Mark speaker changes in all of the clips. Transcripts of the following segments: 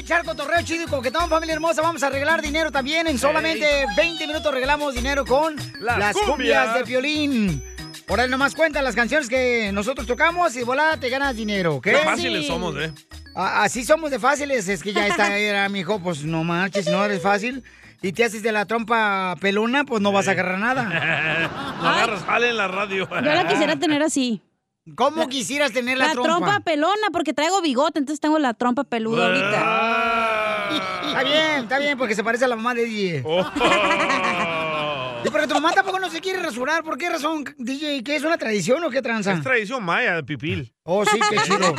Speaker 1: show chido y coquetón, familia hermosa. Vamos a arreglar dinero también. En solamente 20 minutos regalamos dinero con
Speaker 2: Las
Speaker 1: las,
Speaker 2: cumbias.
Speaker 1: cumbias. de violín. Por ahí nomás cuentan las canciones que nosotros tocamos y de volada te ganas dinero, ¿ok?
Speaker 3: Qué fáciles somos, ¿eh?
Speaker 1: A- Así somos de fáciles, es que ya esta era, mijo, pues no marches, no eres fácil. Y te haces de la trompa pelona, pues no vas a agarrar nada.
Speaker 3: No agarras jale en la radio.
Speaker 1: Yo
Speaker 3: la
Speaker 1: la quisiera
Speaker 4: tener así.
Speaker 1: ¿Cómo quisieras tener
Speaker 4: la, trompa? pelona, porque traigo bigote, entonces tengo la trompa peluda ahorita.
Speaker 1: Está bien, está bien, porque se parece a la mamá de DJ. Y porque tu mamá tampoco no se quiere rasurar. ¿Por qué razón, DJ? ¿Qué es una tradición o qué tranza?
Speaker 3: Es tradición maya, pipil.
Speaker 1: Oh, sí, qué chido.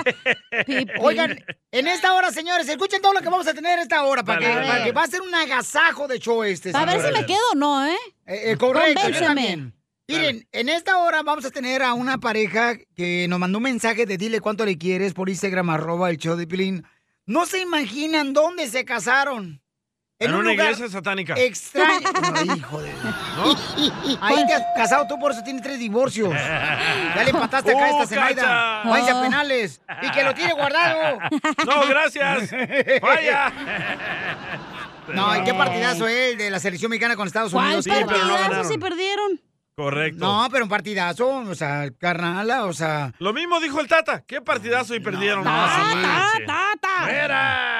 Speaker 1: Oigan, en esta hora, señores, escuchen todo lo que vamos a tener esta hora, para,
Speaker 3: Dale,
Speaker 1: que,
Speaker 3: dale,
Speaker 1: para
Speaker 3: dale.
Speaker 1: que va a ser un agasajo de show este.
Speaker 4: A ver si
Speaker 1: señores.
Speaker 4: me quedo o no, ¿eh?
Speaker 1: Eh, eh, correcto, yo
Speaker 4: Convénceme.
Speaker 1: también. Miren, en esta hora vamos a tener a una pareja que nos mandó un mensaje de dile cuánto le quieres por Instagram, arroba el show de Pilín. No se imaginan dónde se casaron.
Speaker 3: En,
Speaker 1: un
Speaker 3: una
Speaker 1: lugar
Speaker 3: iglesia satánica.
Speaker 1: Extraño. Ay, hijo de... Ahí te has casado tú, por eso tienes tres divorcios. Ya le empataste acá
Speaker 3: Uh,
Speaker 1: a esta Zenaida.
Speaker 3: cacha.
Speaker 1: Vaya penales. Y que lo tiene guardado.
Speaker 3: No, gracias. Vaya.
Speaker 1: No, ¿y qué partidazo eh? es el de la selección mexicana con Estados
Speaker 4: ¿Cuál
Speaker 1: Unidos?
Speaker 4: partidazo si perdieron?
Speaker 3: Correcto.
Speaker 1: No, pero un partidazo, o sea, carnala, o sea.
Speaker 3: Lo mismo dijo el Tata. Qué partidazo y perdieron. Ah,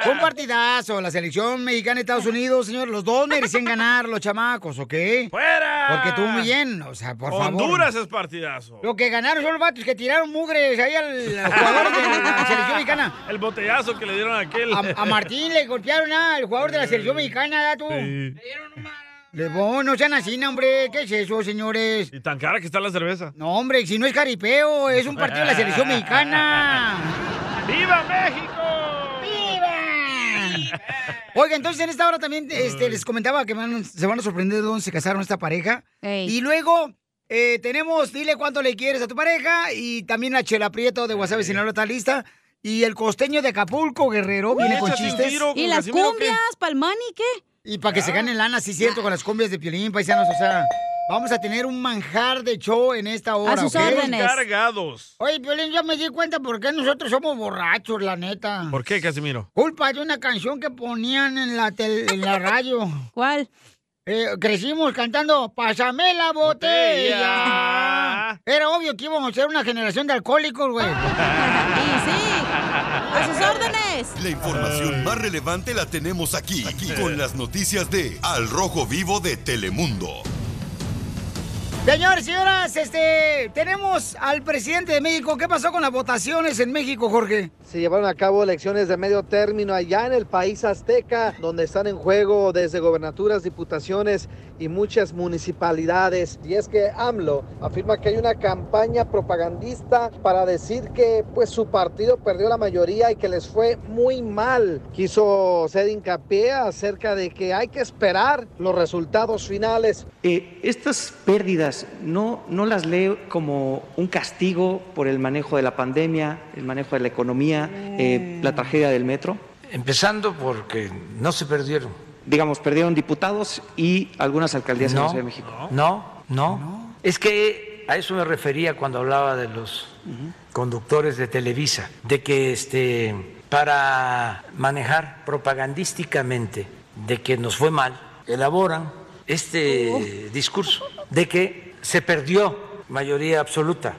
Speaker 1: Fue un partidazo, la selección mexicana de Estados Unidos, señor. Los dos merecían ganar, los chamacos, ¿ok?
Speaker 3: ¡Fuera!
Speaker 1: Porque tú muy bien, o sea, por favor.
Speaker 3: Honduras es partidazo.
Speaker 1: Lo que ganaron son los vatos que tiraron mugres ahí al al jugador de la selección mexicana.
Speaker 3: El botellazo que le dieron a aquel.
Speaker 1: A, a Martín le golpearon ah, al jugador de la selección mexicana, ¿da tú?
Speaker 3: Sí.
Speaker 1: Le vos, no sean así, no, hombre. ¿Qué es eso, señores?
Speaker 3: Y tan cara que está la cerveza.
Speaker 1: No, hombre, si no es caripeo, es un partido de la selección mexicana.
Speaker 3: ¡Viva México!
Speaker 1: ¡Viva! Oiga, entonces en esta hora también este, les comentaba que van- se van a sorprender de dónde se casaron esta pareja. Y luego eh, tenemos, dile cuánto le quieres a tu pareja y también la Chela Prieto de Guasave Sinaloa está lista. Y el costeño de Acapulco, Guerrero, viene con chistes.
Speaker 4: ¿Y las cumbias, Palmani, qué?
Speaker 1: Y para que
Speaker 4: Ah.
Speaker 1: se ganen lana, sí, cierto, con las cumbias de Piolín, paisanos. O sea, vamos a tener un manjar de show en esta hora,
Speaker 4: sus
Speaker 1: ¿ok?
Speaker 4: órdenes.
Speaker 3: Cargados.
Speaker 1: Oye, Piolín, yo me di cuenta por qué nosotros somos borrachos, la neta.
Speaker 3: ¿Por qué, Casimiro?
Speaker 1: Culpa de una canción que ponían en la, tel- en la radio. Eh,
Speaker 4: ¿Cuál?
Speaker 1: crecimos cantando Pásame la botella. Era obvio que íbamos a ser una generación de alcohólicos, güey.
Speaker 4: ¡A sus órdenes!
Speaker 5: La información más relevante la tenemos aquí, aquí con las noticias de Al Rojo Vivo de Telemundo.
Speaker 1: Señores, señoras, este, tenemos al presidente de México. ¿Qué pasó con las votaciones en México, Jorge?
Speaker 6: Se llevaron a cabo elecciones de medio término allá en el país azteca, donde están en juego desde gobernaturas, diputaciones y muchas municipalidades. Y es que AMLO afirma que hay una campaña propagandista para decir que pues su partido perdió la mayoría y que les fue muy mal. Quiso hacer hincapié acerca de que hay que esperar los resultados finales.
Speaker 7: Eh, estas pérdidas no, no las leo como un castigo por el manejo de la pandemia, el manejo de la economía, eh, la tragedia del metro.
Speaker 8: Empezando porque no se perdieron.
Speaker 7: Digamos, perdieron diputados y algunas alcaldías en la
Speaker 8: No,
Speaker 7: Ciudad de México.
Speaker 8: no, no. Es que a eso me refería cuando hablaba de los conductores de Televisa, de que este, para manejar propagandísticamente de que nos fue mal, elaboran este discurso de que se perdió mayoría absoluta.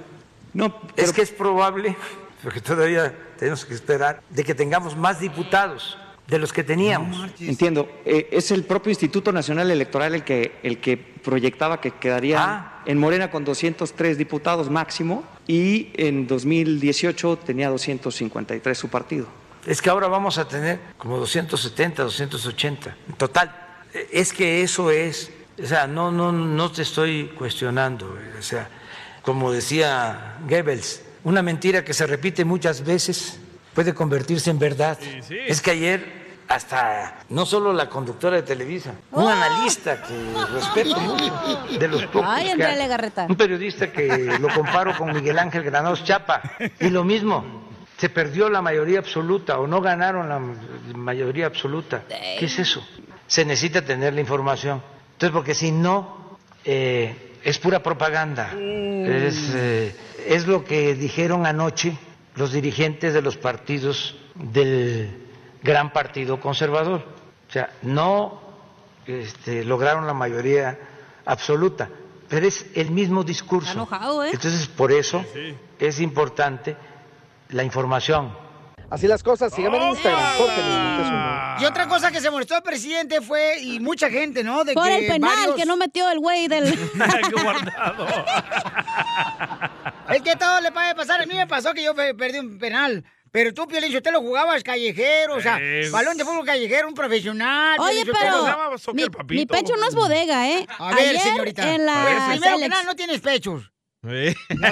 Speaker 7: No,
Speaker 8: es que es probable, porque todavía tenemos que esperar, de que tengamos más diputados de los que teníamos.
Speaker 7: Entiendo, eh, es el propio Instituto Nacional Electoral el que, el que proyectaba que quedaría
Speaker 8: Ah.
Speaker 7: en Morena con 203 diputados máximo y en 2018 tenía 253 su partido.
Speaker 8: Es que ahora vamos a tener como 270, 280 en total. Eh, Es que eso es, o sea, no, no, no te estoy cuestionando, eh, o sea, como decía Goebbels, una mentira que se repite muchas veces puede convertirse en verdad. Es que ayer hasta no solo la conductora de Televisa, un analista que respeto mucho, de los pocos
Speaker 4: ¡Ah! Ay,
Speaker 8: que
Speaker 4: Andrea
Speaker 8: hay,
Speaker 4: Legarreta.
Speaker 8: un periodista que lo comparo con Miguel Ángel Granados Chapa, y lo mismo, se perdió la mayoría absoluta o no ganaron la mayoría absoluta. ¿Qué es eso? Se necesita tener la información. Entonces, porque si no, eh, es pura propaganda. Es, eh, es lo que dijeron anoche los dirigentes de los partidos del gran partido conservador. O sea, no este, lograron la mayoría absoluta, pero es el mismo discurso.
Speaker 4: Está enojado, ¿eh?
Speaker 8: Entonces, por eso es importante la información.
Speaker 6: Así las cosas, síganme en Instagram, Jorge Miramontes uno.
Speaker 1: Y otra cosa que se molestó el presidente fue, y mucha gente, ¿no? De
Speaker 4: Ah. Por
Speaker 1: que
Speaker 4: el penal
Speaker 1: varios-
Speaker 4: que no metió el güey del.
Speaker 1: Es que todo le puede pasar. A mí me pasó que yo pe- perdí un penal. Pero tú, Piolín, usted lo jugabas callejero, o sea,
Speaker 3: Es-
Speaker 1: balón de fútbol callejero, un profesional.
Speaker 4: Oye,
Speaker 1: Piolín Sotelo.
Speaker 4: pero. Mi, mi pecho no es bodega, ¿eh?
Speaker 1: A ver,
Speaker 4: Ayer
Speaker 1: señorita.
Speaker 4: En la
Speaker 1: Pues, primero que
Speaker 4: Selex.
Speaker 1: nada, no tienes pechos.
Speaker 4: Por eso no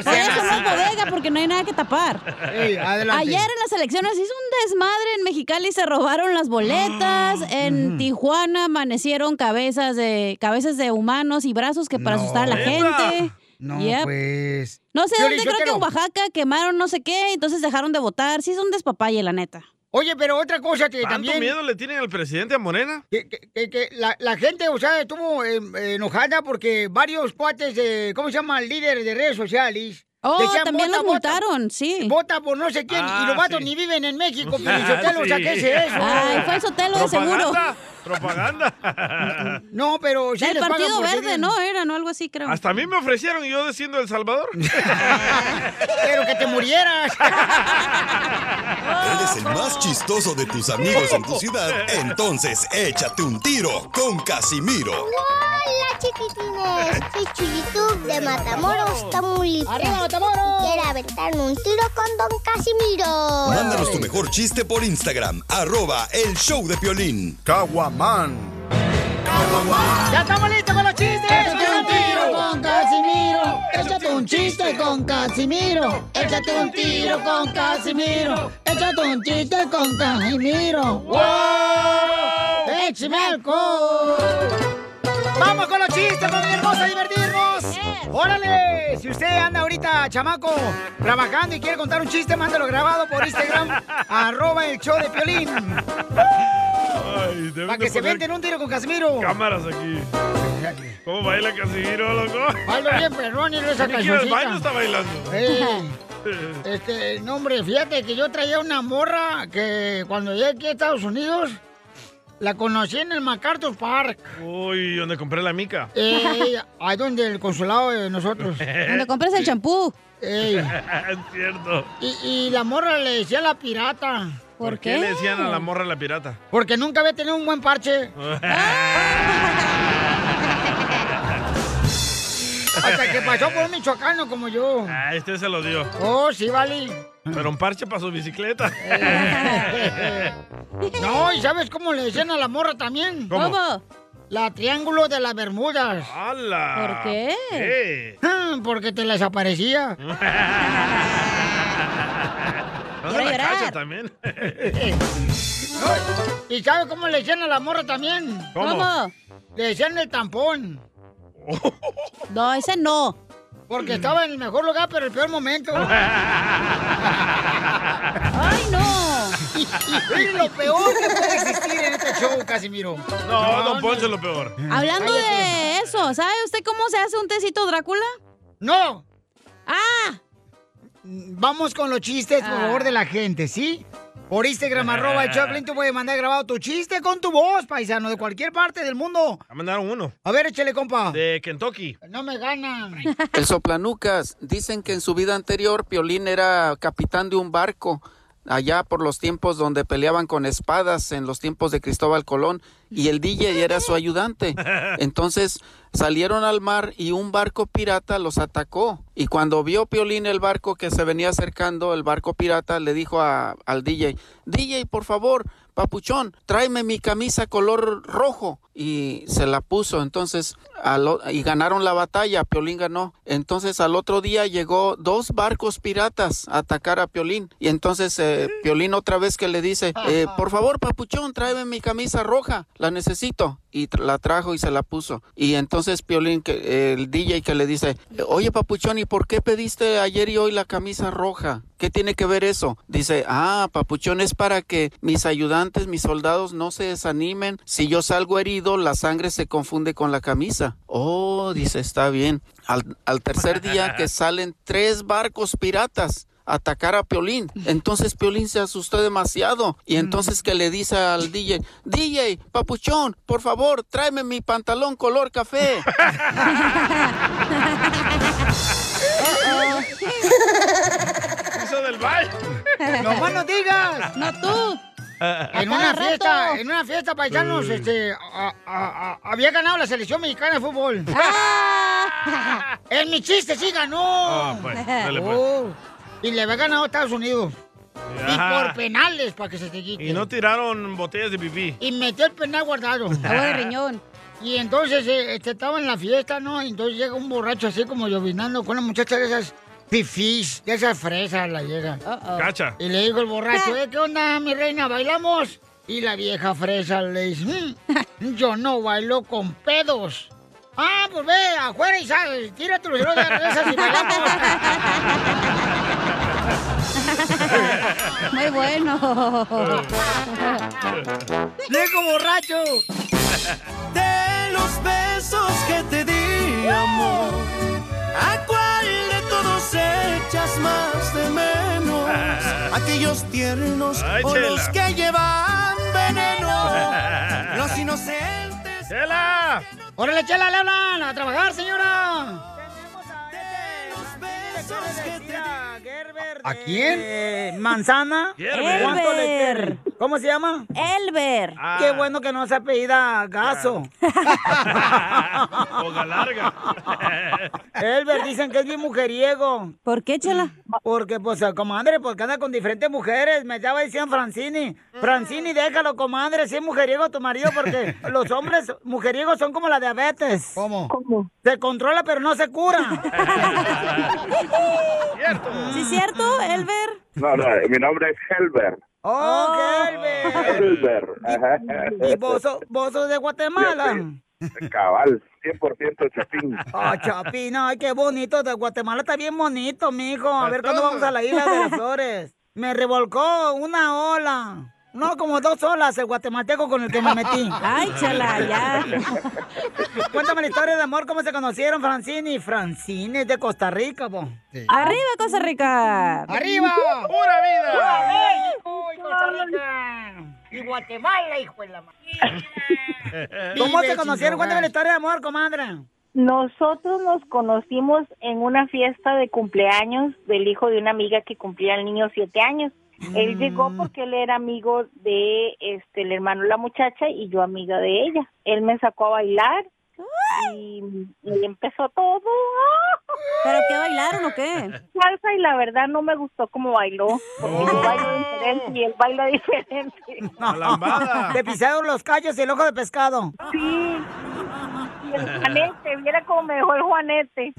Speaker 4: es bodega, porque no hay nada que tapar.
Speaker 1: Ey, adelante.
Speaker 4: Ayer en las elecciones hizo un desmadre en Mexicali, se robaron las boletas.
Speaker 1: Ah,
Speaker 4: En Tijuana amanecieron cabezas de cabezas de humanos y brazos que para asustar a la
Speaker 1: ¿Neta?
Speaker 4: gente.
Speaker 1: No,
Speaker 4: Yep.
Speaker 1: pues.
Speaker 4: No sé
Speaker 1: Piolín
Speaker 4: dónde, creo que
Speaker 1: Sotelo.
Speaker 4: en Oaxaca quemaron no sé qué, entonces dejaron de votar. Sí, es un despapalle, la neta.
Speaker 1: Oye, pero otra cosa que
Speaker 3: ¿Tanto
Speaker 1: Pues también.
Speaker 3: miedo le tienen al presidente a Morena?
Speaker 1: Que, que- que- que la, la gente, o sea, estuvo eh, eh, enojada porque varios cuates, de, ¿cómo se llama? El líder de redes sociales.
Speaker 4: Oh,
Speaker 1: decían,
Speaker 4: también
Speaker 1: "Vota,
Speaker 4: los
Speaker 1: vota".
Speaker 4: multaron, sí.
Speaker 1: Vota por no sé quién
Speaker 3: Ah,
Speaker 1: y los vatos
Speaker 3: sí.
Speaker 1: ni viven en México, Piolín
Speaker 3: Ah,
Speaker 1: Sotelo, o sea,
Speaker 3: sí.
Speaker 1: ¿qué es eso?
Speaker 4: Ay, fue el Sotelo de seguro.
Speaker 3: Propaganda, Propaganda.
Speaker 1: No, pero Pues sí
Speaker 4: Del
Speaker 1: les pagan
Speaker 4: Partido
Speaker 1: por
Speaker 4: Verde,
Speaker 1: seguir-
Speaker 4: ¿no? Era, ¿no? Algo así, creo.
Speaker 3: Hasta a mí me ofrecieron y yo desciendo El Salvador.
Speaker 1: Pero que te murieras.
Speaker 5: Eres el más chistoso de tus amigos en tu ciudad, entonces échate un tiro con Casimiro.
Speaker 9: Hola chiquitines, soy Chuyitub de Matamoros, Tamaulipas.
Speaker 1: ¡Arriba, Matamoros!
Speaker 9: Quiero aventarme un tiro con Don Casimiro.
Speaker 5: Mándanos tu mejor chiste por Instagram, arroba el show de Piolín.
Speaker 1: ¡Ya estamos listos con los chistes!
Speaker 10: Échate un tiro con Casimiro. Échate un chiste con Casimiro. Échate un tiro con Casimiro. Échate un chiste con Casimiro. ¡Wow! ¡Échame alcohol!
Speaker 1: ¡Vamos con los chistes, familia hermosa, a divertirnos! ¡Órale! Si usted anda ahorita, chamaco, trabajando y quiere contar un chiste, mándalo grabado por Instagram, arroba el show de Piolín.
Speaker 3: Ay, deben
Speaker 1: Para
Speaker 3: de
Speaker 1: que se
Speaker 3: poner
Speaker 1: venden un tiro con Casimiro.
Speaker 3: Cámaras aquí. ¿Cómo baila Casimiro, loco?
Speaker 1: Baila bien, perrón, y no esa
Speaker 3: Ni que en el baño
Speaker 1: cancioncita.
Speaker 3: está bailando.
Speaker 1: Ey, este, no, hombre, fíjate que yo traía una morra que cuando llegué aquí a Estados Unidos, la conocí en el MacArthur Park.
Speaker 3: Uy, donde compré la mica.
Speaker 1: Ey, ahí donde el consulado de nosotros.
Speaker 4: Donde compras el champú.
Speaker 1: Ey,
Speaker 3: es cierto.
Speaker 1: y, y la morra le decía la pirata.
Speaker 4: ¿Por,
Speaker 3: ¿Por qué le decían a la morra la pirata?
Speaker 1: Porque nunca había tenido un buen parche. Hasta que pasó por un michoacano como yo.
Speaker 3: Ah, este se lo dio.
Speaker 1: Oh, sí, vale.
Speaker 3: Pero un parche para su bicicleta.
Speaker 1: No, ¿y sabes cómo le decían a la morra también?
Speaker 3: ¿Cómo?
Speaker 4: ¿Cómo?
Speaker 1: La triángulo de las Bermudas.
Speaker 3: ¡Hala!
Speaker 4: ¿Por qué?
Speaker 3: ¿Qué?
Speaker 1: Ah, Porque te les aparecía.
Speaker 3: No se
Speaker 4: Quiero
Speaker 3: la
Speaker 4: llorar.
Speaker 3: cacha también.
Speaker 1: ¿Y sabes cómo le decían a la morra también?
Speaker 3: ¿Cómo?
Speaker 4: ¿Cómo?
Speaker 1: Le decían el tampón.
Speaker 4: No, ese no.
Speaker 1: Porque estaba en el mejor lugar, pero el peor momento.
Speaker 4: ¡Ay, no!
Speaker 1: Y lo peor que puede existir en este show, Casimiro.
Speaker 3: No, don Poncho es lo peor.
Speaker 4: Hablando de eso, ¿sabe usted cómo se hace un tecito Drácula?
Speaker 1: No.
Speaker 4: ¡Ah!
Speaker 1: Vamos con los chistes, por
Speaker 4: Ah.
Speaker 1: favor, de la gente, ¿sí? Por Instagram, arroba el Choplin, tú puedes mandar grabado tu chiste con tu voz, paisano, de cualquier parte del mundo.
Speaker 3: Ya mandaron uno.
Speaker 1: A ver, échale, compa.
Speaker 3: De Kentucky.
Speaker 1: No me ganan.
Speaker 11: El soplanucas. Dicen que en su vida anterior Piolín era capitán de un barco allá por los tiempos donde peleaban con espadas en los tiempos de Cristóbal Colón y el DJ era su ayudante. Entonces salieron al mar y un barco pirata los atacó y cuando vio Piolín el barco que se venía acercando, el barco pirata le dijo a- al DJ, DJ por favor, papuchón, tráeme mi camisa color rojo. Y se la puso. Entonces, al o- y ganaron la batalla. Piolín ganó. Entonces, al otro día llegó dos barcos piratas a atacar a Piolín. Y entonces, eh, Piolín otra vez que le dice, eh, por favor, papuchón, tráeme mi camisa roja. La necesito. Y tr- la trajo y se la puso. Y entonces, Piolín, que, el DJ que le dice, oye, papuchón, ¿y por qué pediste ayer y hoy la camisa roja? ¿Qué tiene que ver eso? Dice, ah, papuchón, es para que mis ayudantes, mis soldados no se desanimen. Si yo salgo herido, la sangre se confunde con la camisa. Oh, dice, está bien. Al, al tercer día que salen tres barcos piratas
Speaker 12: atacar a Piolín. Entonces Piolín se asustó demasiado
Speaker 3: Mm.
Speaker 12: y entonces que le dice al DJ, DJ, papuchón, por favor, tráeme mi pantalón color café.
Speaker 3: Eso del baile.
Speaker 1: ¡No más no digas!
Speaker 4: ¡No tú!
Speaker 1: En
Speaker 9: A
Speaker 1: una
Speaker 9: cada
Speaker 1: fiesta,
Speaker 9: rato.
Speaker 1: en una fiesta, paisanos, este, a- a- a- había ganado la selección mexicana de fútbol. ¡En mi chiste sí ganó!
Speaker 9: Ah, pues, dale, pues.
Speaker 1: Oh, y le había ganado a Estados Unidos. Y
Speaker 3: Ajá.
Speaker 1: por penales, para que se te quite.
Speaker 3: Y no tiraron botellas de pipí.
Speaker 1: Y metió el penal guardado.
Speaker 3: Agua de
Speaker 1: riñón. Y entonces eh, este, estaba en la fiesta, ¿no? Y entonces llega un borracho así como llovinando con una muchacha de esas pifís, de esas fresas la llega.
Speaker 3: Cacha.
Speaker 1: Y le dijo el borracho, eh, ¿qué onda, mi reina? ¿Bailamos? Y la vieja fresa le dice, "Mm, yo no bailo con pedos. Ah, pues ve, afuera y sal, tírate los celos de regresas y bailamos.
Speaker 4: Muy bueno.
Speaker 1: ¡Dejo borracho!
Speaker 9: De los besos que te di, amor, ¿a cuál de todos echas más de menos? Aquellos tiernos Ay, o Chela. los que llevan veneno, los
Speaker 1: inocentes. ¡Chela! ¡Órale, Chela, le hablan! ¡A trabajar, señora! ¿A quién? manzana.
Speaker 9: Gerber.
Speaker 1: ¿Cuánto le
Speaker 9: Elber.
Speaker 1: ¿Cómo se llama? Elber. Qué bueno que no se apellida Gaso.
Speaker 3: Boga larga.
Speaker 1: Elber, dicen que es bien mujeriego. ¿Por qué, Chela? Porque, pues, comadre, porque anda con diferentes mujeres. Me estaba diciendo Francini. Francini, déjalo, comadre, si es mujeriego tu marido, porque los hombres mujeriegos son como la diabetes. ¿Cómo? ¿Cómo? Se controla, pero no se
Speaker 9: Ah.
Speaker 1: cura.
Speaker 3: ¿Cierto?
Speaker 4: ¿Sí cierto, Elber?
Speaker 13: No, no, mi nombre es Helber.
Speaker 1: ¡Oh, qué Elber!
Speaker 13: Helber. ajá.
Speaker 1: ¿Y vos, so- vos sos de Guatemala?
Speaker 13: Cabal, 100% chapín.
Speaker 1: Oh, Chapín, ay, qué bonito. De Guatemala está bien bonito, mijo. A ver cuándo
Speaker 9: todo.
Speaker 1: vamos a la isla de las flores. Me revolcó una ola. No, como dos olas el guatemalteco con el que me metí.
Speaker 9: Ay, chala, ya.
Speaker 1: Cuéntame la historia de amor, cómo se conocieron Francini. Francini es de Costa Rica, po.
Speaker 4: ¡Arriba, Costa Rica!
Speaker 1: ¡Arriba!
Speaker 9: ¡Pura vida!
Speaker 1: ¡Pura México y Costa Rica! Y Guatemala, hijo de la madre. ¿Cómo se conocieron? Cuéntame la historia de amor, comadre.
Speaker 14: Nosotros nos conocimos en una fiesta de cumpleaños del hijo de una amiga que cumplía el niño siete años. Él llegó porque él era amigo de este el hermano de la muchacha y yo amiga de ella. Él me sacó a bailar y, y empezó todo. ¿Pero qué bailaron o qué? Salsa y la verdad no me gustó cómo bailó. Porque yo bailo diferente y él baila diferente.
Speaker 1: Te pisaron los callos y el ojo de pescado.
Speaker 14: Sí. Y el Juanete, viera cómo me dejó el Juanete.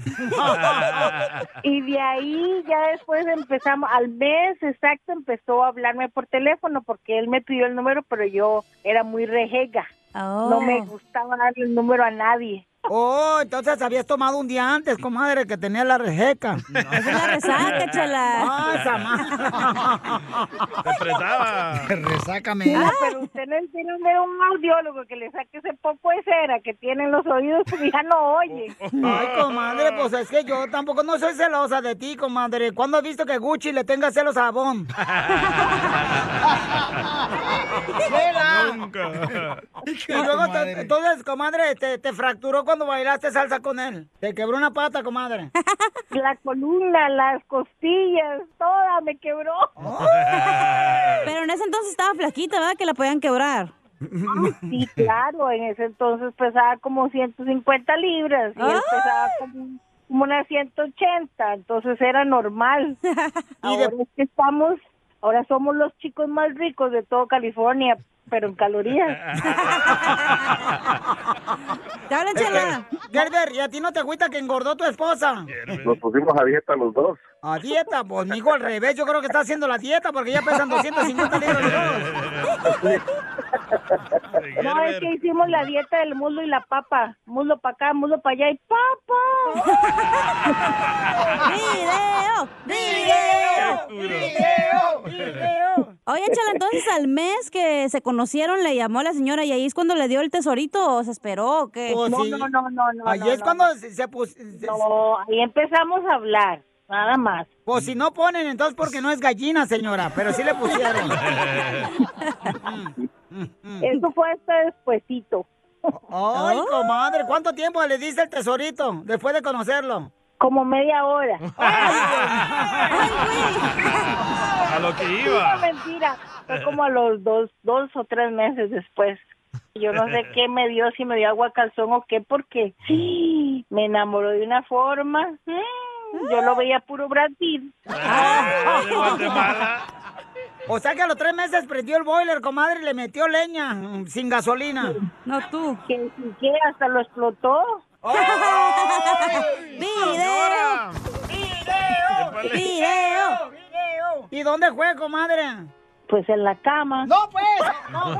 Speaker 14: y de ahí ya después empezamos, al mes exacto empezó a hablarme por teléfono porque él me pidió el número, pero yo era muy rejega. No me
Speaker 4: Oh.
Speaker 14: gustaba darle el número a nadie.
Speaker 1: Oh, entonces habías tomado un día antes, comadre, que tenía la rejeca.
Speaker 4: Es una resaca, chala.
Speaker 1: Ah, esa
Speaker 3: Te apretaba.
Speaker 1: Resácame.
Speaker 14: Ah, pero usted no tiene un, era un audiólogo que le saque ese poco de cera que tiene en los oídos, porque ya no oye.
Speaker 1: Ay, comadre, pues es que yo tampoco no soy celosa de ti, comadre. ¿Cuándo has visto que Gucci le tenga celos a Bon?
Speaker 9: Nunca.
Speaker 1: Y luego, te- entonces, comadre, te, te fracturó cuando bailaste salsa con él. Te quebró una pata, comadre.
Speaker 14: La columna, las costillas, toda me quebró.
Speaker 4: Pero en ese entonces estaba flaquita, ¿verdad? Que la podían quebrar.
Speaker 14: Sí, claro, en ese entonces pesaba como 150 libras
Speaker 4: Ah.
Speaker 14: y él pesaba como, como unas 180, entonces era normal. Ahora es que estamos, ahora somos los chicos más ricos de todo California, pero en calorías.
Speaker 1: ¡Te hablan, chela! Gerber, ¿y a ti no te agüita que engordó tu esposa?
Speaker 13: Nos pusimos a dieta los dos.
Speaker 1: A dieta, pues, mijo, al revés. Yo creo que está haciendo la dieta porque ya pesan 250 libras los dos.
Speaker 14: No, es que hicimos la dieta del muslo y la papa, muslo para acá, muslo para allá y papa.
Speaker 4: ¡Video! ¡Video! ¡Video! ¡Video! Oye, Chala, entonces al mes que se conocieron le llamó la señora y ahí es cuando le dio el tesorito o se esperó o qué?
Speaker 1: Oh, Pues
Speaker 14: no, no, no, no, no.
Speaker 4: Ahí es
Speaker 14: no,
Speaker 4: cuando
Speaker 14: no. No, ahí empezamos a hablar. Nada más.
Speaker 1: Pues si no ponen, entonces porque no es gallina, señora, pero sí le pusieron.
Speaker 14: Eso fue hasta despuesito.
Speaker 1: Ay, comadre, ¿cuánto tiempo le diste el tesorito después de conocerlo?
Speaker 14: Como media hora.
Speaker 3: A lo que
Speaker 14: Pura
Speaker 3: iba.
Speaker 14: mentira. Fue como a los dos, dos o tres meses después. Yo no sé qué me dio, si me dio agua al calzón o qué, porque sí, me enamoró de una forma. Mm, Yo lo veía puro Brad Pitt.
Speaker 1: O sea que a los tres meses prendió el boiler, comadre, y le metió leña, mm, sin gasolina.
Speaker 4: No tú.
Speaker 1: Que,
Speaker 14: hasta lo explotó.
Speaker 1: ¡Video! ¡Video! ¡Video! ¿Y dónde fue, comadre?
Speaker 14: Pues en la cama.
Speaker 1: ¡No, pues! no.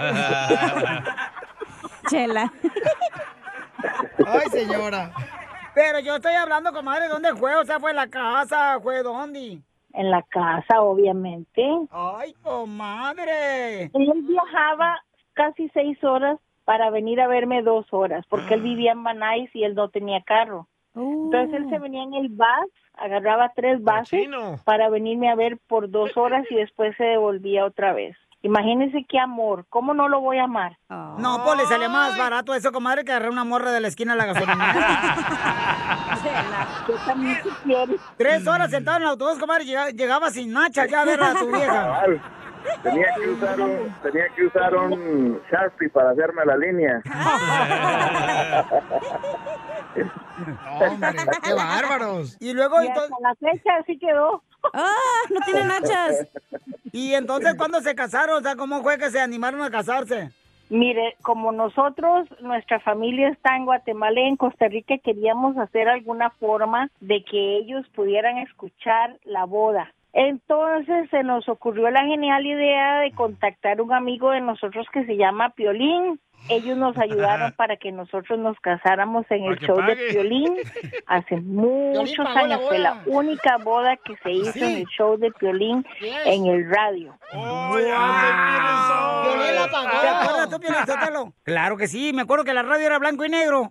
Speaker 4: Chela.
Speaker 1: Ay, señora. Pero yo estoy hablando, comadre, ¿dónde fue? O sea, ¿fue en la casa? ¿Fue dónde?
Speaker 14: En la casa, obviamente.
Speaker 1: Ay, comadre.
Speaker 14: Él viajaba casi seis horas para venir a verme dos horas,
Speaker 3: Ah.
Speaker 14: porque él vivía en Banais y él no tenía carro. Entonces
Speaker 1: Oh.
Speaker 14: él se venía en el bus, agarraba tres bases para venirme a ver por dos horas y después se devolvía otra vez. Imagínense qué amor, ¿cómo no lo voy a amar?
Speaker 1: No, pues le sale más barato eso, comadre, que agarrar una morra de la esquina de la gasolina. Tres horas sentado en el autobús, comadre, llega- llegaba sin nacha ya a ver a tu vieja.
Speaker 13: Cabal. Tenía que usar un, tenía que usar un Sharpie para hacerme la línea.
Speaker 1: Hombre, qué bárbaros. Y luego
Speaker 14: Y hasta
Speaker 1: entonces...
Speaker 14: la fecha así quedó.
Speaker 1: ¡Ah! No tiene nachas. ¿Y entonces cuándo se casaron? O sea, ¿cómo fue que se animaron a casarse?
Speaker 14: Mire, como nosotros, nuestra familia está en Guatemala y en Costa Rica, queríamos hacer alguna forma de que ellos pudieran escuchar la boda. Entonces se nos ocurrió la genial idea de contactar un amigo de nosotros que se llama Piolín. Ellos nos ayudaron para que nosotros nos casáramos en el
Speaker 15: que
Speaker 14: show
Speaker 15: pague.
Speaker 14: de Piolín hace muchos
Speaker 15: pagó la
Speaker 14: años. Fue la única boda que se hizo en el show de Piolín en el radio.
Speaker 1: Ah. ¿Te acuerdas tú, Piolín Sotelo? Claro que sí, me acuerdo que la radio era blanco y negro.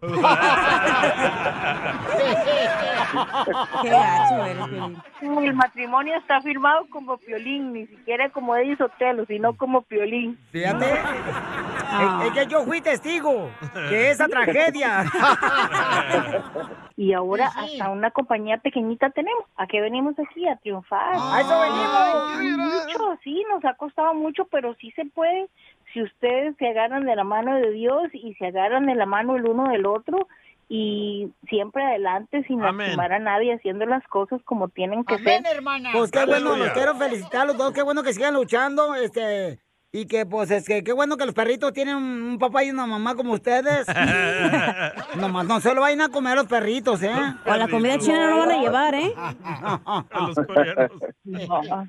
Speaker 14: Qué
Speaker 4: gacho
Speaker 1: eres,
Speaker 14: El matrimonio está firmado como Piolín, ni siquiera como Eddie Sotelo, sino como Piolín.
Speaker 1: Fíjate. Es, es que yo fui testigo de esa tragedia.
Speaker 14: Y ahora hasta una compañía pequeñita tenemos. ¿A qué venimos aquí? A triunfar.
Speaker 1: ¡A eso venimos!
Speaker 14: Mucho, sí, nos ha costado mucho, pero sí se puede. Si ustedes se agarran de la mano de Dios y se agarran de la mano el uno del otro y siempre adelante sin
Speaker 1: Amén.
Speaker 14: lastimar a nadie, haciendo las cosas como tienen que
Speaker 1: Amén,
Speaker 14: ser.
Speaker 1: hermana. Pues qué bueno, los quiero felicitar a los dos, qué bueno que sigan luchando, este, y que pues es que qué bueno que los perritos tienen un un papá y una mamá como ustedes. Nomás no se lo vayan a comer los perritos, ¿eh?
Speaker 4: O la comida china no lo van a llevar, ¿eh?
Speaker 14: No.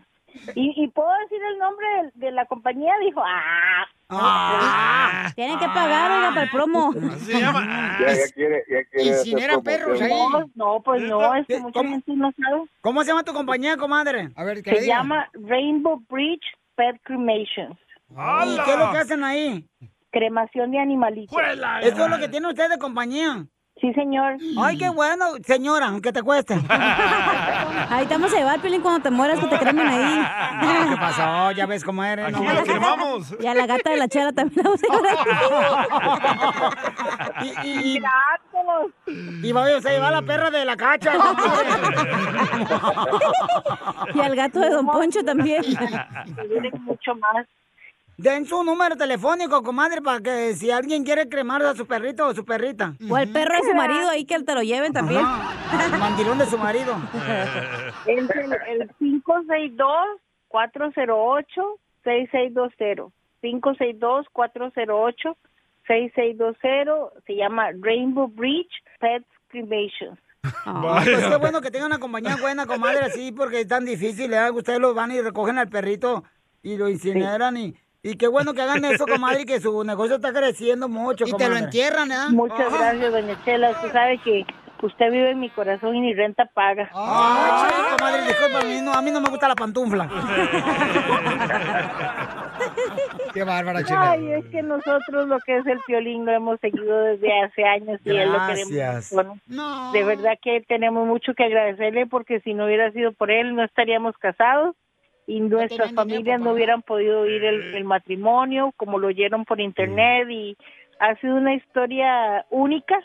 Speaker 14: ¿Y, y puedo decir el nombre del- de, la compañía, dijo, ah,
Speaker 4: Tienen que pagar, oiga, para el promo.
Speaker 13: Ya, ya quiere, ya quiere hacer promoción.
Speaker 14: No, pues no, es que mucha gente no sabe.
Speaker 1: ¿eh? ¿Cómo se llama tu compañía, comadre? A ver,
Speaker 14: se llama Rainbow Bridge Pet Cremations.
Speaker 1: ¿Y qué es lo que hacen ahí?
Speaker 14: Cremación de animalitos.
Speaker 1: Esto es lo que tiene usted de compañía.
Speaker 14: Sí, señor.
Speaker 1: Ay, qué bueno, señora, aunque te cueste.
Speaker 4: Ahí te vamos a llevar, Piolín, cuando te mueras, que te cremen ahí.
Speaker 1: No, Ah, ¿Qué pasó? Ya ves cómo eres. ¿no?
Speaker 4: Y a la gata de la chela también la vamos a
Speaker 1: Y, y, y, y vaya, se lleva la perra de la cacha.
Speaker 4: Y al gato de Don Poncho también.
Speaker 14: mucho más.
Speaker 1: Den su número telefónico, comadre, para que si alguien quiere cremar a su perrito o su perrita.
Speaker 4: O al perro de su marido ahí que te lo lleven también.
Speaker 1: El mandilón de su marido.
Speaker 14: Es el, el 562-408-6620. 562-408-6620. Se llama Rainbow Bridge Pet Cremations.
Speaker 1: Ah, pues qué bueno que tenga una compañía buena, comadre, así, porque es tan difícil, ¿eh? Ustedes lo van y recogen al perrito y lo incineran y... Y qué bueno que hagan eso, comadre, y que su negocio está creciendo mucho,
Speaker 14: Y te
Speaker 1: comadre. Ah.
Speaker 14: lo entierran, Muchas gracias, doña Chela. Usted sabe que Usted vive en mi corazón y ni renta paga.
Speaker 1: Ah. Ay, comadre, disculpa, a mí no, a mí no me gusta la pantufla. Qué bárbara, chela.
Speaker 14: Ay, es que nosotros lo que es el violín lo hemos seguido desde hace años y él lo queremos.
Speaker 1: Gracias.
Speaker 14: bueno, De verdad que tenemos mucho que agradecerle porque si no hubiera sido por él no estaríamos casados y nuestras familias no hubieran podido oír el, el matrimonio como lo oyeron por internet y ha sido una historia única,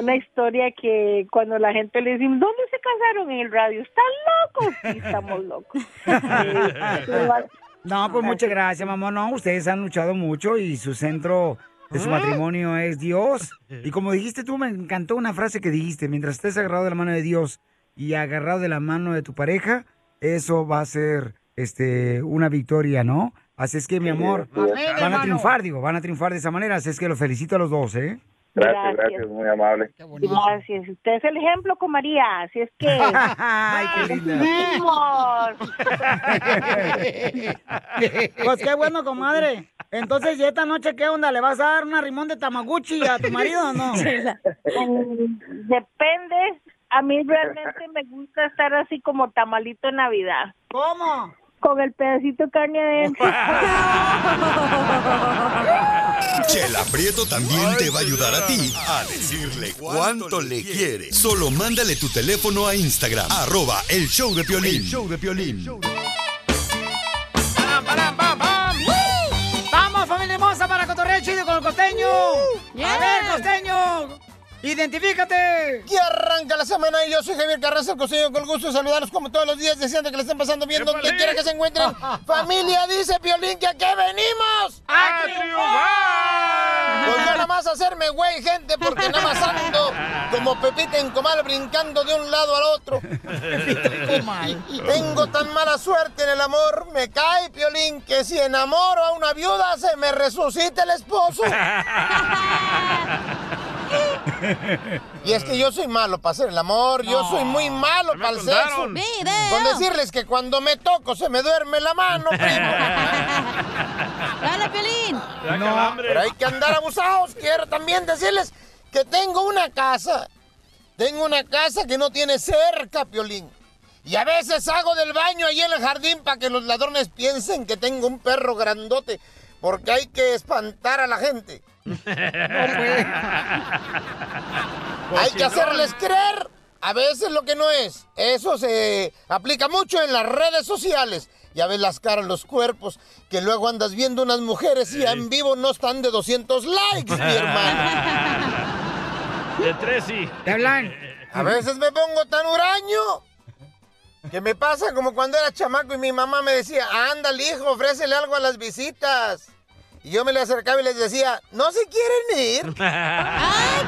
Speaker 14: una historia que cuando la gente le dice, ¿dónde se casaron en el radio? ¿Están locos? Sí, estamos locos.
Speaker 1: No, pues muchas gracias, mamá. No, ustedes han luchado mucho y su centro de su
Speaker 14: Ah.
Speaker 1: matrimonio es Dios. Y como dijiste tú, me encantó una frase que dijiste, mientras estés agarrado de la mano de Dios y agarrado de la mano de tu pareja, eso va a ser este una victoria, ¿no? Así es que, mi amor,
Speaker 13: así es. Amén,
Speaker 1: van a
Speaker 13: hermano.
Speaker 1: triunfar, digo, van a triunfar de esa manera. Así es que los felicito a los dos, ¿eh?
Speaker 13: Gracias, gracias, muy amable.
Speaker 14: Gracias. Usted es el ejemplo con María, así es que.
Speaker 1: ¡Ay, qué linda! Pues qué bueno, comadre. Entonces, ¿y esta noche qué onda? ¿Le vas a dar una rimón de Tamaguchi a tu marido o no?
Speaker 14: Depende. A mí realmente me gusta estar así como tamalito en Navidad.
Speaker 1: ¿Cómo?
Speaker 14: Con el pedacito de carne adentro.
Speaker 5: Chela Prieto también te va a ayudar a ti a decirle cuánto le quiere. Solo mándale tu teléfono a Instagram, arroba el show de Piolín.
Speaker 15: El
Speaker 5: show de
Speaker 1: ¡Vamos, familia hermosa, para Cotorreo Chido con el costeño!
Speaker 16: Uh,
Speaker 1: ¡A ver, costeño! ¡Identifícate!
Speaker 16: Y arranca la semana y yo soy Javier Carranza, el costeño, con el gusto de saludarlos como todos los días, deseando que le estén pasando bien donde quiera que se encuentren. Familia, dice Piolín, que aquí venimos. ¡A triunfar! Pues yo nada más hacerme güey, gente, porque nada más ando como Pepita en comal brincando de un lado al otro. Tengo tan mala suerte en el amor, me cae, Piolín, que si enamoro a una viuda se me resucita el esposo. Y es que yo soy malo para hacer el amor, yo soy muy malo para el sexo.
Speaker 15: contaron.
Speaker 16: Con decirles que cuando me toco se me duerme la mano, primo. ¡Dale, Pelín!
Speaker 15: Da calambre.
Speaker 16: pero hay que andar abusados. Quiero también decirles que tengo una casa. Tengo una casa que no tiene cerca, Piolín. Y a veces hago del baño ahí en el jardín para que los ladrones piensen que tengo un perro grandote. Porque hay que espantar a la gente.
Speaker 3: Pues
Speaker 16: Hay que hacerles creer a veces lo que no es. Eso se aplica mucho en las redes sociales. Ya ves las caras, los cuerpos, que luego andas viendo unas mujeres y en vivo no están de 200 likes, mi hermano.
Speaker 3: De tres sí.
Speaker 1: ¿Te hablan?
Speaker 16: A veces me pongo tan huraño que me pasa como cuando era chamaco y mi mamá me decía, ándale hijo, ofrécele algo a las visitas. Y yo me le acercaba y les decía, no se quieren ir. ¡Ay,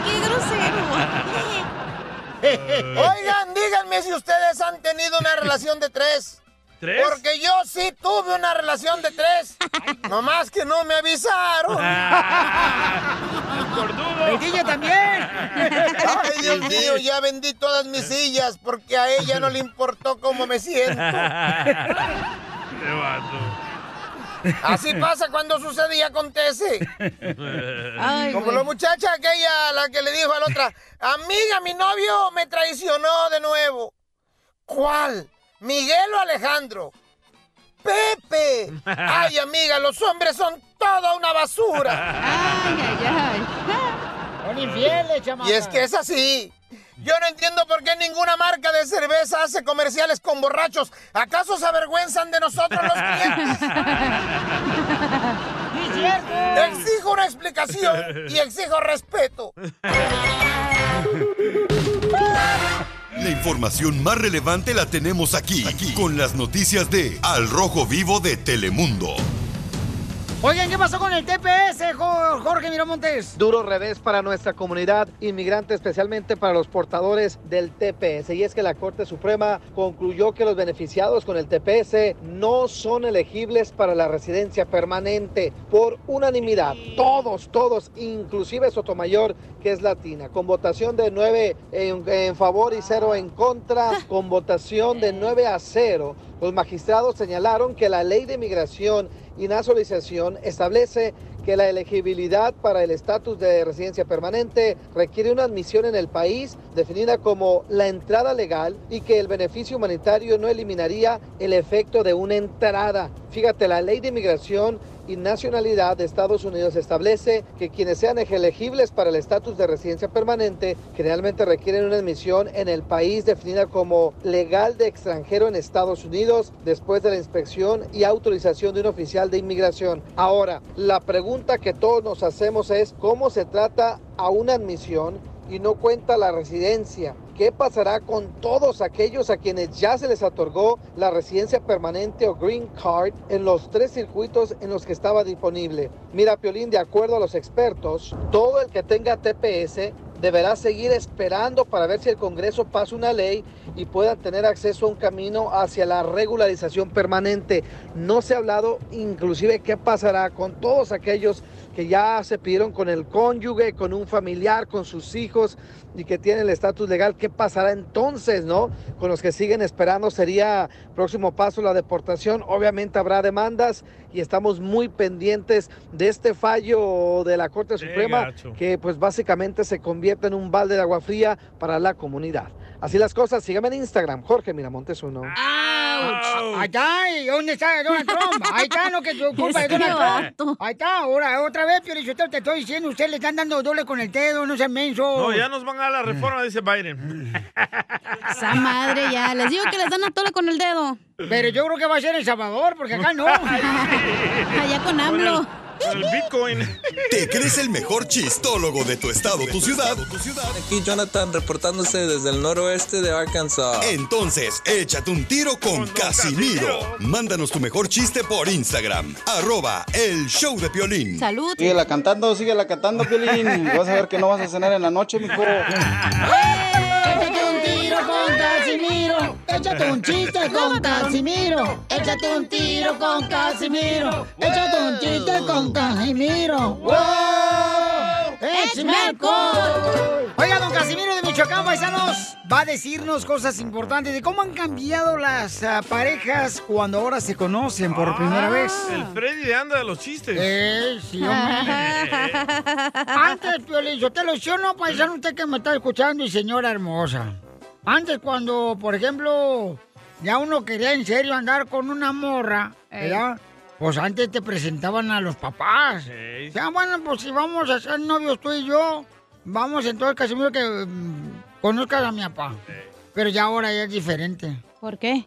Speaker 16: qué grosero! Oigan, díganme si ustedes han tenido una relación de tres.
Speaker 15: ¿Tres?
Speaker 16: Porque yo sí tuve una relación de tres. Nomás que no me avisaron.
Speaker 1: ¡Bendiga también!
Speaker 16: Ay, Dios mío, ya vendí todas mis sillas porque a ella no le importó cómo me siento.
Speaker 3: Qué vato.
Speaker 16: Así pasa cuando sucede y acontece. Como la muchacha aquella, la que le dijo a la otra, amiga, mi novio me traicionó de nuevo. ¿Cuál? ¿Miguel o Alejandro? Pepe. Ay, amiga, los hombres son toda una basura. Ay, ay, ay. Son
Speaker 1: infieles,
Speaker 16: Y es que es así. Yo no entiendo por qué ninguna marca de cerveza hace comerciales con borrachos. ¿Acaso se avergüenzan de nosotros los clientes? Exijo una explicación y exijo respeto.
Speaker 5: La información más relevante la tenemos aquí, aquí, con las noticias de Al Rojo Vivo de Telemundo.
Speaker 1: Oigan, ¿qué pasó con el TPS, Jo- Jorge Miramontes?
Speaker 6: Duro revés para nuestra comunidad inmigrante, especialmente para los portadores del TPS. Y es que la Corte Suprema concluyó que los beneficiados con el TPS no son elegibles para la residencia permanente por unanimidad. Todos, todos, inclusive Sotomayor, que es latina, con votación de 9 en, en favor y 0 en contra, con votación de 9 a 0. Los magistrados señalaron que la ley de inmigración y nacionalización establece que la elegibilidad para el estatus de residencia permanente requiere una admisión en el país definida como la entrada legal y que el beneficio humanitario no eliminaría el efecto de una entrada. Fíjate, la ley de inmigración y nacionalidad de Estados Unidos establece que quienes sean elegibles para el estatus de residencia permanente generalmente requieren una admisión en el país definida como legal de extranjero en Estados Unidos después de la inspección y autorización de un oficial de inmigración. Ahora, la pregunta que todos nos hacemos es cómo se trata a una admisión y no cuenta la residencia. ¿Qué pasará con todos aquellos a quienes ya se les otorgó la residencia permanente o green card en los tres circuitos en los que estaba disponible? Mira, Piolín, de acuerdo a los expertos, todo el que tenga TPS deberá seguir esperando para ver si el Congreso pasa una ley y puedan tener acceso a un camino hacia la regularización permanente. No se ha hablado inclusive qué pasará con todos aquellos que ya se pidieron con el cónyuge, con un familiar, con sus hijos y que tienen el estatus legal. ¿Qué pasará entonces, no? Con los que siguen esperando sería próximo paso la deportación. Obviamente habrá demandas y estamos muy pendientes de este fallo de la Corte Suprema
Speaker 3: gacho.
Speaker 6: que pues básicamente se convierte en un balde de agua fría para la comunidad. Así las cosas, síganme en Instagram, Jorge Miramontes uno.
Speaker 1: Ah, Ahí está, ¿y ¿dónde está Donald Trump? Ahí está, no que tu culpa de
Speaker 6: Este
Speaker 1: Donald Trump. Ahí está, ahora, otra vez, Piolín, yo te te estoy diciendo, ustedes le están dando doble con el dedo, no sean mensos.
Speaker 3: No, ya nos van a la reforma, dice Biden.
Speaker 4: Pues, Esa madre ya. Les digo que les dan a tole con el dedo.
Speaker 1: Pero yo creo que va a ser El Salvador, porque acá no.
Speaker 4: Allá con AMLO.
Speaker 3: El Bitcoin.
Speaker 5: ¿Te crees el mejor chistólogo de tu estado, tu ciudad?
Speaker 15: Aquí Jonathan reportándose desde el noroeste de Arkansas.
Speaker 5: Entonces, échate un tiro con Casimiro. Mándanos tu mejor chiste por Instagram. Arroba el show de Piolín.
Speaker 4: Salud.
Speaker 17: Síguela cantando, síguela cantando, Piolín. Vas a ver que no vas a cenar en la noche, mijo.
Speaker 1: Échate un tiro con Casimiro. Échate un chiste con Casimiro. Échate un tiro con Casimiro. Échate un chiste con Casimiro. ¡Wow!
Speaker 9: ¡Échame
Speaker 1: alcohol! Oiga, don Casimiro de Michoacán, paisanos, va a decirnos cosas importantes de cómo han cambiado las ah, parejas cuando ahora se conocen
Speaker 4: Ah.
Speaker 1: por primera vez.
Speaker 3: El Freddy de anda de los chistes.
Speaker 1: Eh, sí, Antes, Piolín, yo te lo yo no, paisano, usted que me está escuchando y señora hermosa. Antes, cuando, por ejemplo, ya uno quería en serio andar con una morra,
Speaker 9: Ey.
Speaker 1: ¿verdad? Pues antes te presentaban a los papás.
Speaker 9: Ey.
Speaker 1: Ya, bueno, pues si vamos a ser novios tú y yo, vamos entonces, Casimiro, que mm, conozcas a mi papá. Pero ya ahora ya es diferente.
Speaker 4: ¿Por qué?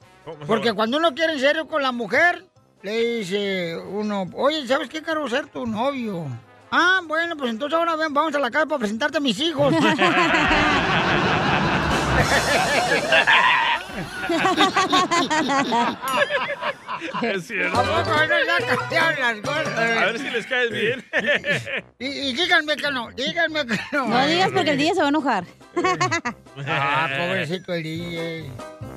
Speaker 1: Porque cuando uno quiere en serio con la mujer, le dice uno, oye, ¿sabes qué quiero ser tu novio? Ah, bueno, pues entonces ahora ven, vamos a la casa para presentarte a mis hijos.
Speaker 3: Es cierto.
Speaker 1: ¿A poco no ya cambiaron las cosas?
Speaker 3: A ver si les caes bien.
Speaker 1: Y, y díganme que no, díganme que no.
Speaker 4: No digas porque el día se va a enojar.
Speaker 1: Ah, pobrecito eh. el DJ.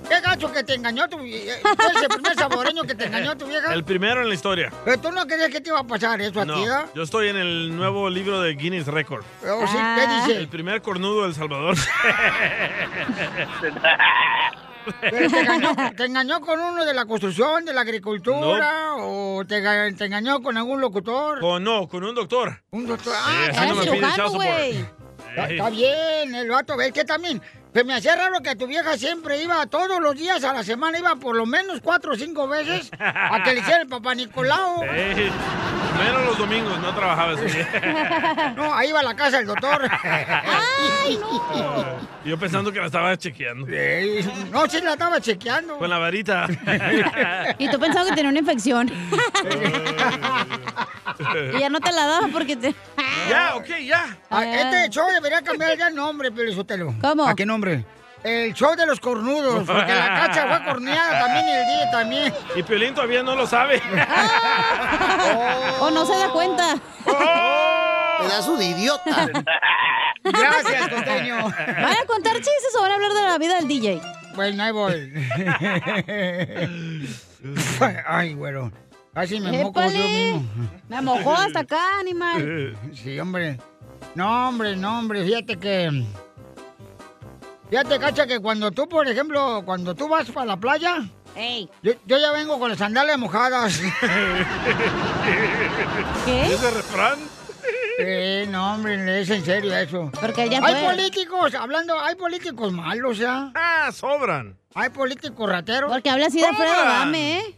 Speaker 1: ¿Qué gacho que te engañó tu vieja? Tú eres el primer saboreño que te engañó tu vieja.
Speaker 3: El primero en la historia.
Speaker 1: Pero tú no creías que te iba a pasar eso a
Speaker 3: No,
Speaker 1: ti, ¿verdad?
Speaker 3: yo estoy en el nuevo libro de Guinness Record.
Speaker 1: Oh, sí, ¿qué dice?
Speaker 3: El primer cornudo del Salvador.
Speaker 1: Pero te, engañó, te engañó con uno de la construcción, de la agricultura, o te, ga- te engañó con algún locutor.
Speaker 3: o no, con un doctor.
Speaker 1: Un doctor.
Speaker 3: Ah, ese no me pide child support.
Speaker 1: Está,
Speaker 3: Ey.
Speaker 1: está bien, el vato, es que también. Se me hacía raro que tu vieja siempre iba todos los días a la semana, iba por lo menos cuatro o cinco veces a que le hiciera el papá Nicolau.
Speaker 3: Ey, menos los domingos, no trabajaba ese día.
Speaker 1: No, ahí va a la casa del doctor. ¡Ay, no!
Speaker 3: Yo pensando que la estaba chequeando.
Speaker 1: No, sí la estaba chequeando.
Speaker 3: Con la varita.
Speaker 4: Y tú pensabas que tenía una infección. y ya no te la daba porque te.
Speaker 3: Ya, ok, ya.
Speaker 1: Ah, Este show debería cambiar ya el nombre, Pelizotelo.
Speaker 4: Eh. ¿Cómo?
Speaker 1: ¿A qué nombre? El show de los cornudos, porque la cacha fue corneada también y el día también.
Speaker 3: Y Piolín todavía no lo sabe.
Speaker 4: O no se da cuenta.
Speaker 1: Oh, Pedazo de idiota. Gracias, costeño.
Speaker 4: ¿Van a contar chistes o van a hablar de la vida del DJ?
Speaker 1: Bueno, ahí voy. Ay, güero. Casi me moco yo
Speaker 4: Épale.
Speaker 1: mismo.
Speaker 4: Me mojó hasta acá, animal.
Speaker 1: Sí, hombre. No, hombre, no, hombre. Fíjate que. Fíjate, cacha, que cuando tú, por ejemplo, cuando tú vas para la playa,
Speaker 4: Ey.
Speaker 1: yo, yo ya vengo con las sandalias mojadas.
Speaker 3: ¿Qué? ¿Ese refrán?
Speaker 1: Eh, no, hombre, es en serio eso.
Speaker 4: Porque
Speaker 3: ya
Speaker 1: Hay
Speaker 3: fue.
Speaker 1: políticos, hablando, hay políticos malos ya.
Speaker 3: Ah, sobran.
Speaker 1: Hay políticos rateros.
Speaker 4: Porque habla así de Alfredo
Speaker 1: Sobran.
Speaker 4: Adame, ¿eh?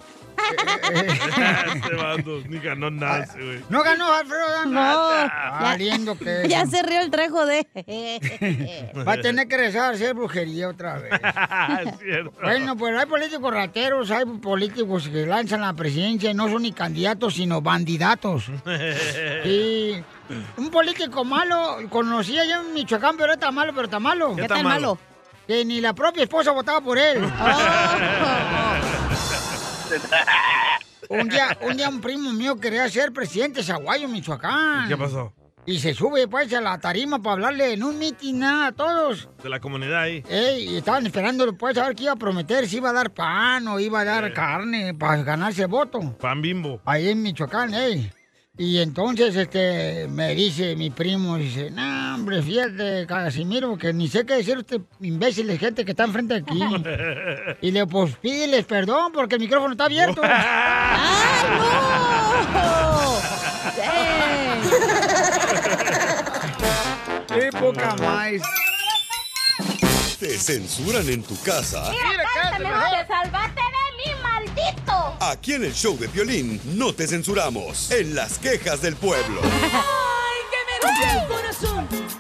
Speaker 3: Este vato ni ganó nada, ese güey.
Speaker 1: No ganó Alfredo Adame.
Speaker 3: Nada.
Speaker 1: Valiendo que.
Speaker 4: Ya se rió el trejo de...
Speaker 1: Va a tener que rezar, hacer brujería otra vez.
Speaker 3: Ah, es cierto.
Speaker 1: Bueno, pues hay políticos rateros, hay políticos que lanzan la presidencia y no son ni candidatos, sino bandidatos. Y un político malo, conocía yo en Michoacán, pero está malo, pero está malo.
Speaker 3: ¿Qué ¿Qué tan tan malo? malo?
Speaker 1: Que ni la propia esposa votaba por él. Oh. Un día, un día un primo mío quería ser presidente de Saguayo, Michoacán.
Speaker 3: ¿Qué pasó?
Speaker 1: Y se sube pues a la tarima para hablarle en un mitin a todos.
Speaker 3: De la comunidad ahí.
Speaker 1: Ey, y estaban esperando pues a ver qué iba a prometer, si iba a dar pan o iba a dar carne para ganarse voto.
Speaker 3: Eh. Pan bimbo.
Speaker 1: Ahí en Michoacán, ey. Y entonces este me dice mi primo, dice, no, hombre, fíjate, Casimiro, que ni sé qué decir este imbécil de gente que está enfrente de aquí. y le pues pídeles perdón porque el micrófono está abierto. ¡Qué poca más!
Speaker 5: ¿Te censuran en tu casa?
Speaker 2: cállate, mejor. ¡Salvate de mí, maldito!
Speaker 5: Aquí en el show de violín no te censuramos. En las quejas del pueblo.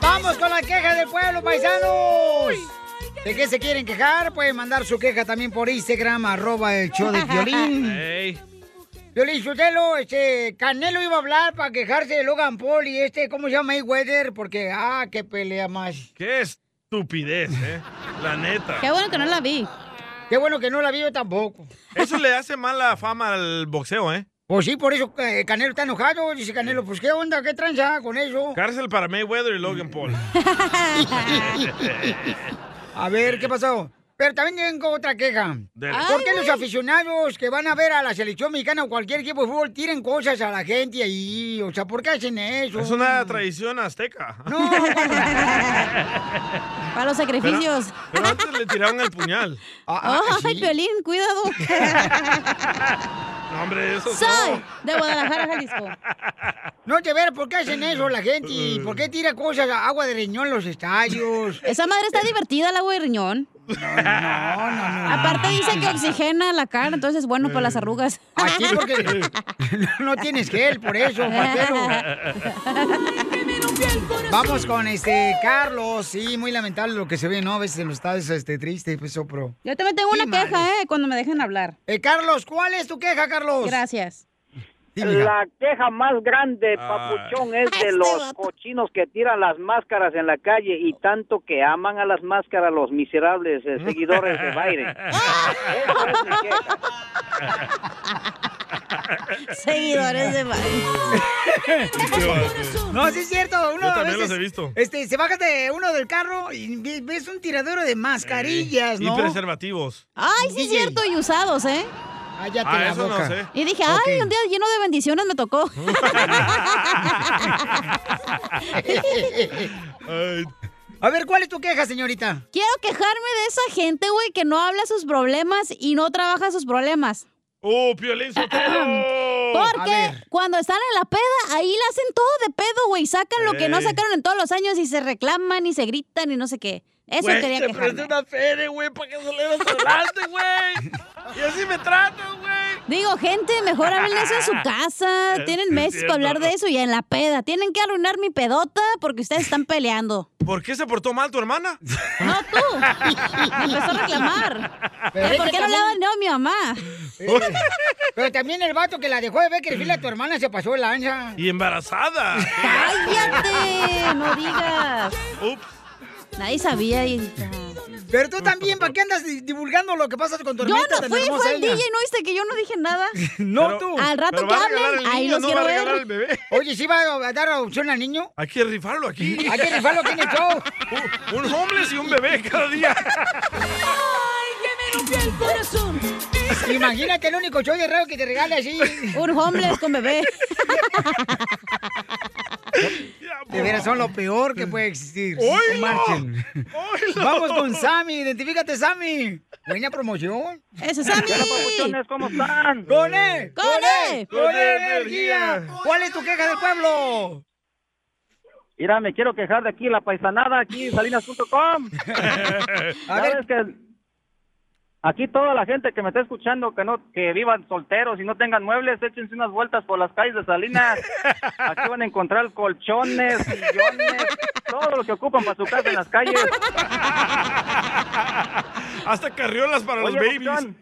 Speaker 1: Vamos con la queja del pueblo, paisanos. ¿De qué se quieren quejar? Pueden mandar su queja también por Instagram, arroba el show de violín. Violín Sotelo, este, Canelo iba a hablar para quejarse de Logan Paul y este, ¿cómo se llama? Mayweather, porque, ah, qué pelea más.
Speaker 3: Qué estupidez, ¿eh? La neta.
Speaker 1: la vi. Qué bueno que no la vi yo tampoco.
Speaker 3: Eso le hace mala fama al boxeo, ¿eh?
Speaker 1: Pues sí, por eso eh, Canelo está enojado. Dice Canelo, pues qué onda, qué tranza con eso.
Speaker 3: Cárcel para Mayweather y Logan Paul.
Speaker 1: A ver, ¿qué pasó? Pero también tengo otra queja.
Speaker 3: Dele.
Speaker 1: ¿Por
Speaker 3: Ay,
Speaker 1: qué los
Speaker 3: güey.
Speaker 1: aficionados que van a ver a la selección mexicana o cualquier equipo de fútbol tiran cosas a la gente ahí? O sea, ¿por qué hacen eso?
Speaker 3: Es una tradición azteca.
Speaker 1: No.
Speaker 4: Para los sacrificios.
Speaker 3: Pero, pero antes le tiraron el puñal.
Speaker 1: ah,
Speaker 3: ah,
Speaker 4: ¡Ay, Piolín, cuidado!
Speaker 3: No, hombre, eso
Speaker 4: Soy
Speaker 3: no.
Speaker 4: de Guadalajara, Jalisco.
Speaker 1: No, de ver, ¿por qué hacen eso la gente? ¿Y por qué tira cosas, agua de riñón en los estadios? Eh.
Speaker 4: Esa madre está divertida, el agua de riñón.
Speaker 1: No, no, no.
Speaker 4: Aparte dice que oxigena la cara, entonces es bueno para las arrugas.
Speaker 1: Eh, Aquí porque no tienes gel, por eso, partero. Vamos con este Carlos. Sí, muy lamentable lo que se ve, ¿no? A veces en los estadios este, triste, pues, eso, pero...
Speaker 4: Yo también tengo una queja, ¿eh? Cuando me dejen hablar.
Speaker 1: Eh, Carlos, ¿cuál es tu queja, Carlos?
Speaker 4: Gracias.
Speaker 18: La queja más grande,
Speaker 3: Ah.
Speaker 18: papuchón, es de los cochinos que tiran las máscaras en la calle y tanto que aman a las máscaras los miserables eh, seguidores de Biden.
Speaker 4: Seguidores de
Speaker 1: No, sí es cierto. Uno
Speaker 3: Yo
Speaker 1: a
Speaker 3: también
Speaker 1: veces,
Speaker 3: los he visto.
Speaker 1: Este, se baja de uno del carro y vi- ves un tiradero de mascarillas,
Speaker 3: Y
Speaker 1: ¿no?
Speaker 3: preservativos.
Speaker 4: Ay, sí es cierto, y usados, ¿eh?
Speaker 1: Cállate Ah, la eso no boca. sé.
Speaker 4: Y dije,
Speaker 1: Ok.
Speaker 4: ay, un día lleno de bendiciones me tocó.
Speaker 1: A ver, ¿cuál es tu queja, señorita?
Speaker 4: Quiero quejarme de esa gente, güey, que no habla sus problemas y no trabaja sus problemas.
Speaker 1: Uh,
Speaker 3: ¡Oh, Piolín Sotelo!
Speaker 4: Porque cuando están en la peda, ahí la hacen todo de pedo, güey. Sacan lo que no
Speaker 3: Ey.
Speaker 4: sacaron en todos los años y se reclaman y se gritan y no sé qué. Eso
Speaker 3: Güey,
Speaker 4: quería
Speaker 3: te
Speaker 4: quejarme.
Speaker 3: presté una feria, güey, para que salieras adelante, güey. Y así me tratas, güey.
Speaker 4: Digo, gente, mejor hablen eso en su casa.
Speaker 3: Es
Speaker 4: Tienen meses
Speaker 3: cierto.
Speaker 4: para hablar de eso y en la peda. Tienen que arruinar mi pedota porque ustedes están peleando.
Speaker 3: ¿Por qué se portó mal tu hermana?
Speaker 4: No tú. Me empezó a reclamar.
Speaker 1: Pero es
Speaker 4: ¿Que ¿Por
Speaker 1: que
Speaker 4: qué no le
Speaker 1: también-
Speaker 4: daban no a mi mamá?
Speaker 1: Pero también el vato que la dejó de Beckerfield a tu hermana se pasó de lanza.
Speaker 3: Y embarazada.
Speaker 4: ¡Cállate! No digas. Nadie sabía. Y...
Speaker 1: Pero tú también, ¿para qué andas di- divulgando lo que pasa con tu
Speaker 4: Yo
Speaker 1: hermana?
Speaker 4: no
Speaker 1: tan
Speaker 4: fui,
Speaker 1: hermosa
Speaker 4: fue el
Speaker 1: ella?
Speaker 4: DJ, ¿no viste que yo no dije nada?
Speaker 1: No tú.
Speaker 4: Al rato que hablen, ahí los quiero ver.
Speaker 3: bebé.
Speaker 1: Oye, ¿sí va a dar adopción al niño?
Speaker 3: Hay que rifarlo aquí.
Speaker 1: Hay que rifarlo aquí en el show.
Speaker 3: Un, un homeless y un bebé cada día.
Speaker 1: Imagínate el único show de radio que te regale así.
Speaker 4: Un homeless con bebé.
Speaker 1: De veras, son lo peor que puede existir. No
Speaker 3: ¡Oilo!
Speaker 1: marchen. Vamos con Sammy. Identifícate, Sammy. Buena promoción.
Speaker 4: Eso, Sammy. Hola, papuchones,
Speaker 1: ¿cómo están? ¡Con él!
Speaker 4: ¡Con
Speaker 1: él!
Speaker 4: él!
Speaker 1: ¡Con él, energía! ¿Cuál es tu queja del pueblo?
Speaker 18: Mira, me quiero quejar de aquí, la paisanada, aquí, salinas.com.
Speaker 1: A
Speaker 18: Ya
Speaker 1: ver.
Speaker 18: ves que aquí toda la gente que me está escuchando, que no que vivan solteros y no tengan muebles, échense unas vueltas por las calles de Salinas. Aquí van a encontrar colchones, sillones, todo lo que ocupan para su casa en las calles.
Speaker 3: Hasta carriolas para los
Speaker 18: Oye,
Speaker 3: babies.
Speaker 18: Papuchón,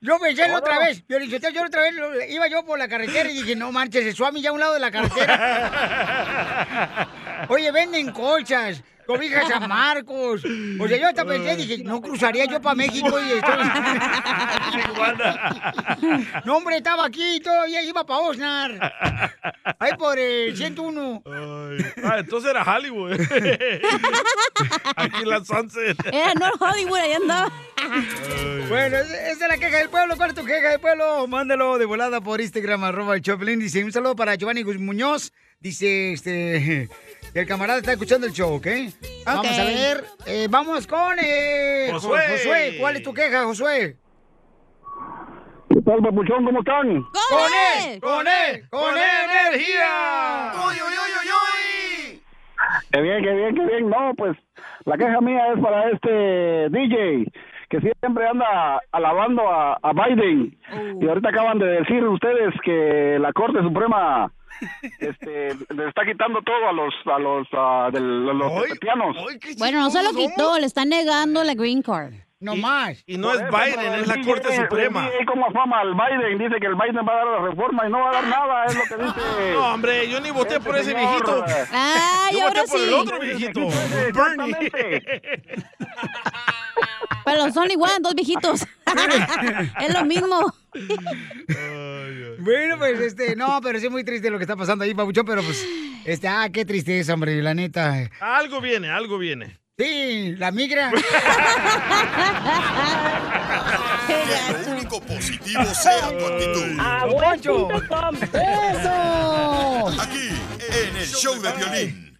Speaker 1: Yo pensé la
Speaker 18: Hola.
Speaker 1: otra vez, yo le dije, yo la otra vez lo- iba yo por la carretera y dije, no marches, el suami ya a un lado de la carretera. Oye, venden colchas, cobijas a Marcos. O sea, yo hasta pensé, dije, no cruzaría yo para México y estoy... no, hombre, estaba aquí y todavía iba para Osnar. Ahí por el 101.
Speaker 3: Ah, entonces era Hollywood. Aquí en la Sunset.
Speaker 4: Era no Hollywood, allá andaba.
Speaker 1: Bueno, es- esa es la queja del pueblo. ¿Cuál es tu queja del pueblo? Mándalo de volada por Instagram, arroba el Choplin. Dice, un saludo para Giovanni Gus- Muñoz. Dice, este, el camarada está escuchando el show, ¿ok? Vamos a ver, eh, vamos con eh, Jo-
Speaker 3: Josué.
Speaker 1: Josué. ¿Cuál es tu queja, Josué?
Speaker 19: ¿Qué tal, papuchón? ¿Cómo están?
Speaker 1: ¡Con él! ¡Con él! ¡Con energía!
Speaker 3: ¡Uy, uy, uy, uy, uy!
Speaker 19: Qué bien, qué bien, qué bien. No, pues la queja mía es para este DJ que siempre anda alabando a, a Biden.
Speaker 1: Oh.
Speaker 19: Y ahorita acaban de decir ustedes que la Corte Suprema este, le está quitando todo a los a los a del- a los tibetanos.
Speaker 4: Bueno, no se lo quitó, le está negando la green card.
Speaker 1: No más.
Speaker 3: Y no
Speaker 19: Por
Speaker 3: es
Speaker 19: eso,
Speaker 3: Biden,
Speaker 19: pero
Speaker 3: es
Speaker 19: el
Speaker 3: la
Speaker 19: DJ
Speaker 3: Corte Suprema.
Speaker 19: El DJ como afama al Biden, dice que el Biden va a dar la reforma y no va a dar nada, es lo que dice.
Speaker 3: No, hombre, yo ni voté por ese
Speaker 19: señor,
Speaker 3: viejito.
Speaker 19: eh.
Speaker 4: Ay,
Speaker 3: yo voté
Speaker 4: ahora
Speaker 3: por el
Speaker 4: sí.
Speaker 3: otro viejito, Bernie.
Speaker 4: Pero son igual, dos viejitos. es lo mismo.
Speaker 1: Bueno, pues este, no, pero sí es muy triste lo que está pasando ahí, Pabuchón, pero pues, este, ah, qué tristeza, hombre, la neta.
Speaker 3: Algo viene, algo viene.
Speaker 1: Sí, la migra.
Speaker 5: Que lo único positivo sea tu actitud.
Speaker 18: Ah,
Speaker 1: ¡Don Poncho!
Speaker 5: ¡Eso! Aquí, en el show de violín.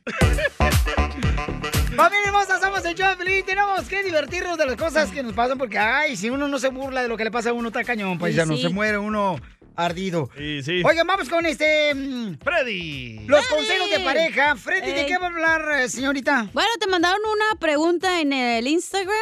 Speaker 1: Familia hermosa, somos el show de Piolín. Tenemos que divertirnos de las cosas que nos pasan porque, ay, si uno no se burla de lo que le pasa a uno, está cañón, paisano.
Speaker 3: sí.
Speaker 1: Pues Se muere uno ardido.
Speaker 3: Sí, sí.
Speaker 1: Oigan, vamos con este...
Speaker 3: Freddy.
Speaker 1: Los consejos de pareja. Freddy, ¿de
Speaker 4: Ey.
Speaker 1: qué va a hablar, eh, señorita?
Speaker 4: Bueno, te mandaron una pregunta en el Instagram.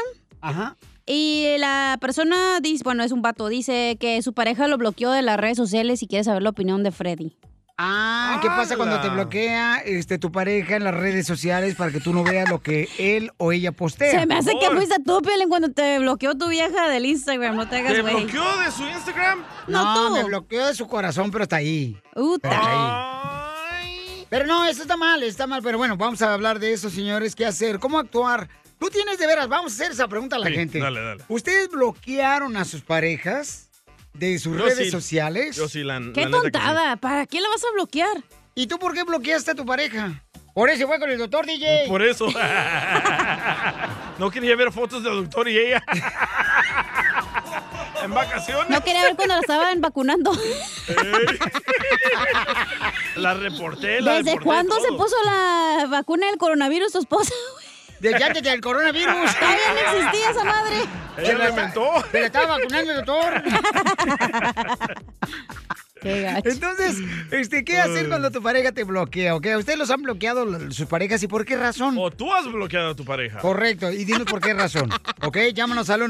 Speaker 1: Ajá.
Speaker 4: Y la persona dice, bueno, es un vato, dice que su pareja lo bloqueó de las redes sociales y quiere saber la opinión de Freddy.
Speaker 1: Ah, ¿qué pasa cuando te bloquea este, tu pareja en las redes sociales para que tú no veas lo que él o ella postea?
Speaker 4: Se me hace que fuiste tú, Piolín, cuando te bloqueó tu vieja del Instagram, no te hagas
Speaker 1: ¿Te
Speaker 4: güey.
Speaker 1: bloqueó
Speaker 3: de su Instagram?
Speaker 1: No,
Speaker 4: No, tú.
Speaker 1: me bloqueó de su corazón, pero está ahí. Está ahí. Pero no, eso está mal, está mal. Pero bueno, vamos a hablar de eso, señores. ¿Qué hacer? ¿Cómo actuar? Tú tienes de veras, vamos a hacer esa pregunta a la
Speaker 3: Sí,
Speaker 1: gente.
Speaker 3: dale, dale.
Speaker 1: ¿Ustedes bloquearon a sus parejas de sus
Speaker 3: Yo
Speaker 1: redes
Speaker 3: sí,
Speaker 1: sociales?
Speaker 3: Yo sí, la la
Speaker 4: Qué
Speaker 3: neta que sí.
Speaker 4: tontada, ¿para qué la vas a bloquear?
Speaker 1: ¿Y tú por qué bloqueaste a tu pareja? Por eso fue con el doctor DJ.
Speaker 3: Por eso. no quería ver fotos del doctor y ella. en vacaciones.
Speaker 4: No quería ver cuando la estaban vacunando.
Speaker 3: La reporté, la
Speaker 4: ¿Desde
Speaker 3: reporté
Speaker 4: cuándo
Speaker 3: todo.
Speaker 4: se puso la vacuna del coronavirus tu esposa? güey?
Speaker 1: Desde antes del coronavirus.
Speaker 4: Todavía no existía esa madre.
Speaker 1: Se la inventó. Se la estaba vacunando el doctor. Entonces, este, ¿qué hacer cuando tu pareja te bloquea? ¿ok? ¿Ustedes los han bloqueado l- sus parejas y por qué razón?
Speaker 3: O tú has bloqueado a tu pareja.
Speaker 1: Correcto, y dinos por qué razón. ¿Ok? Llámanos al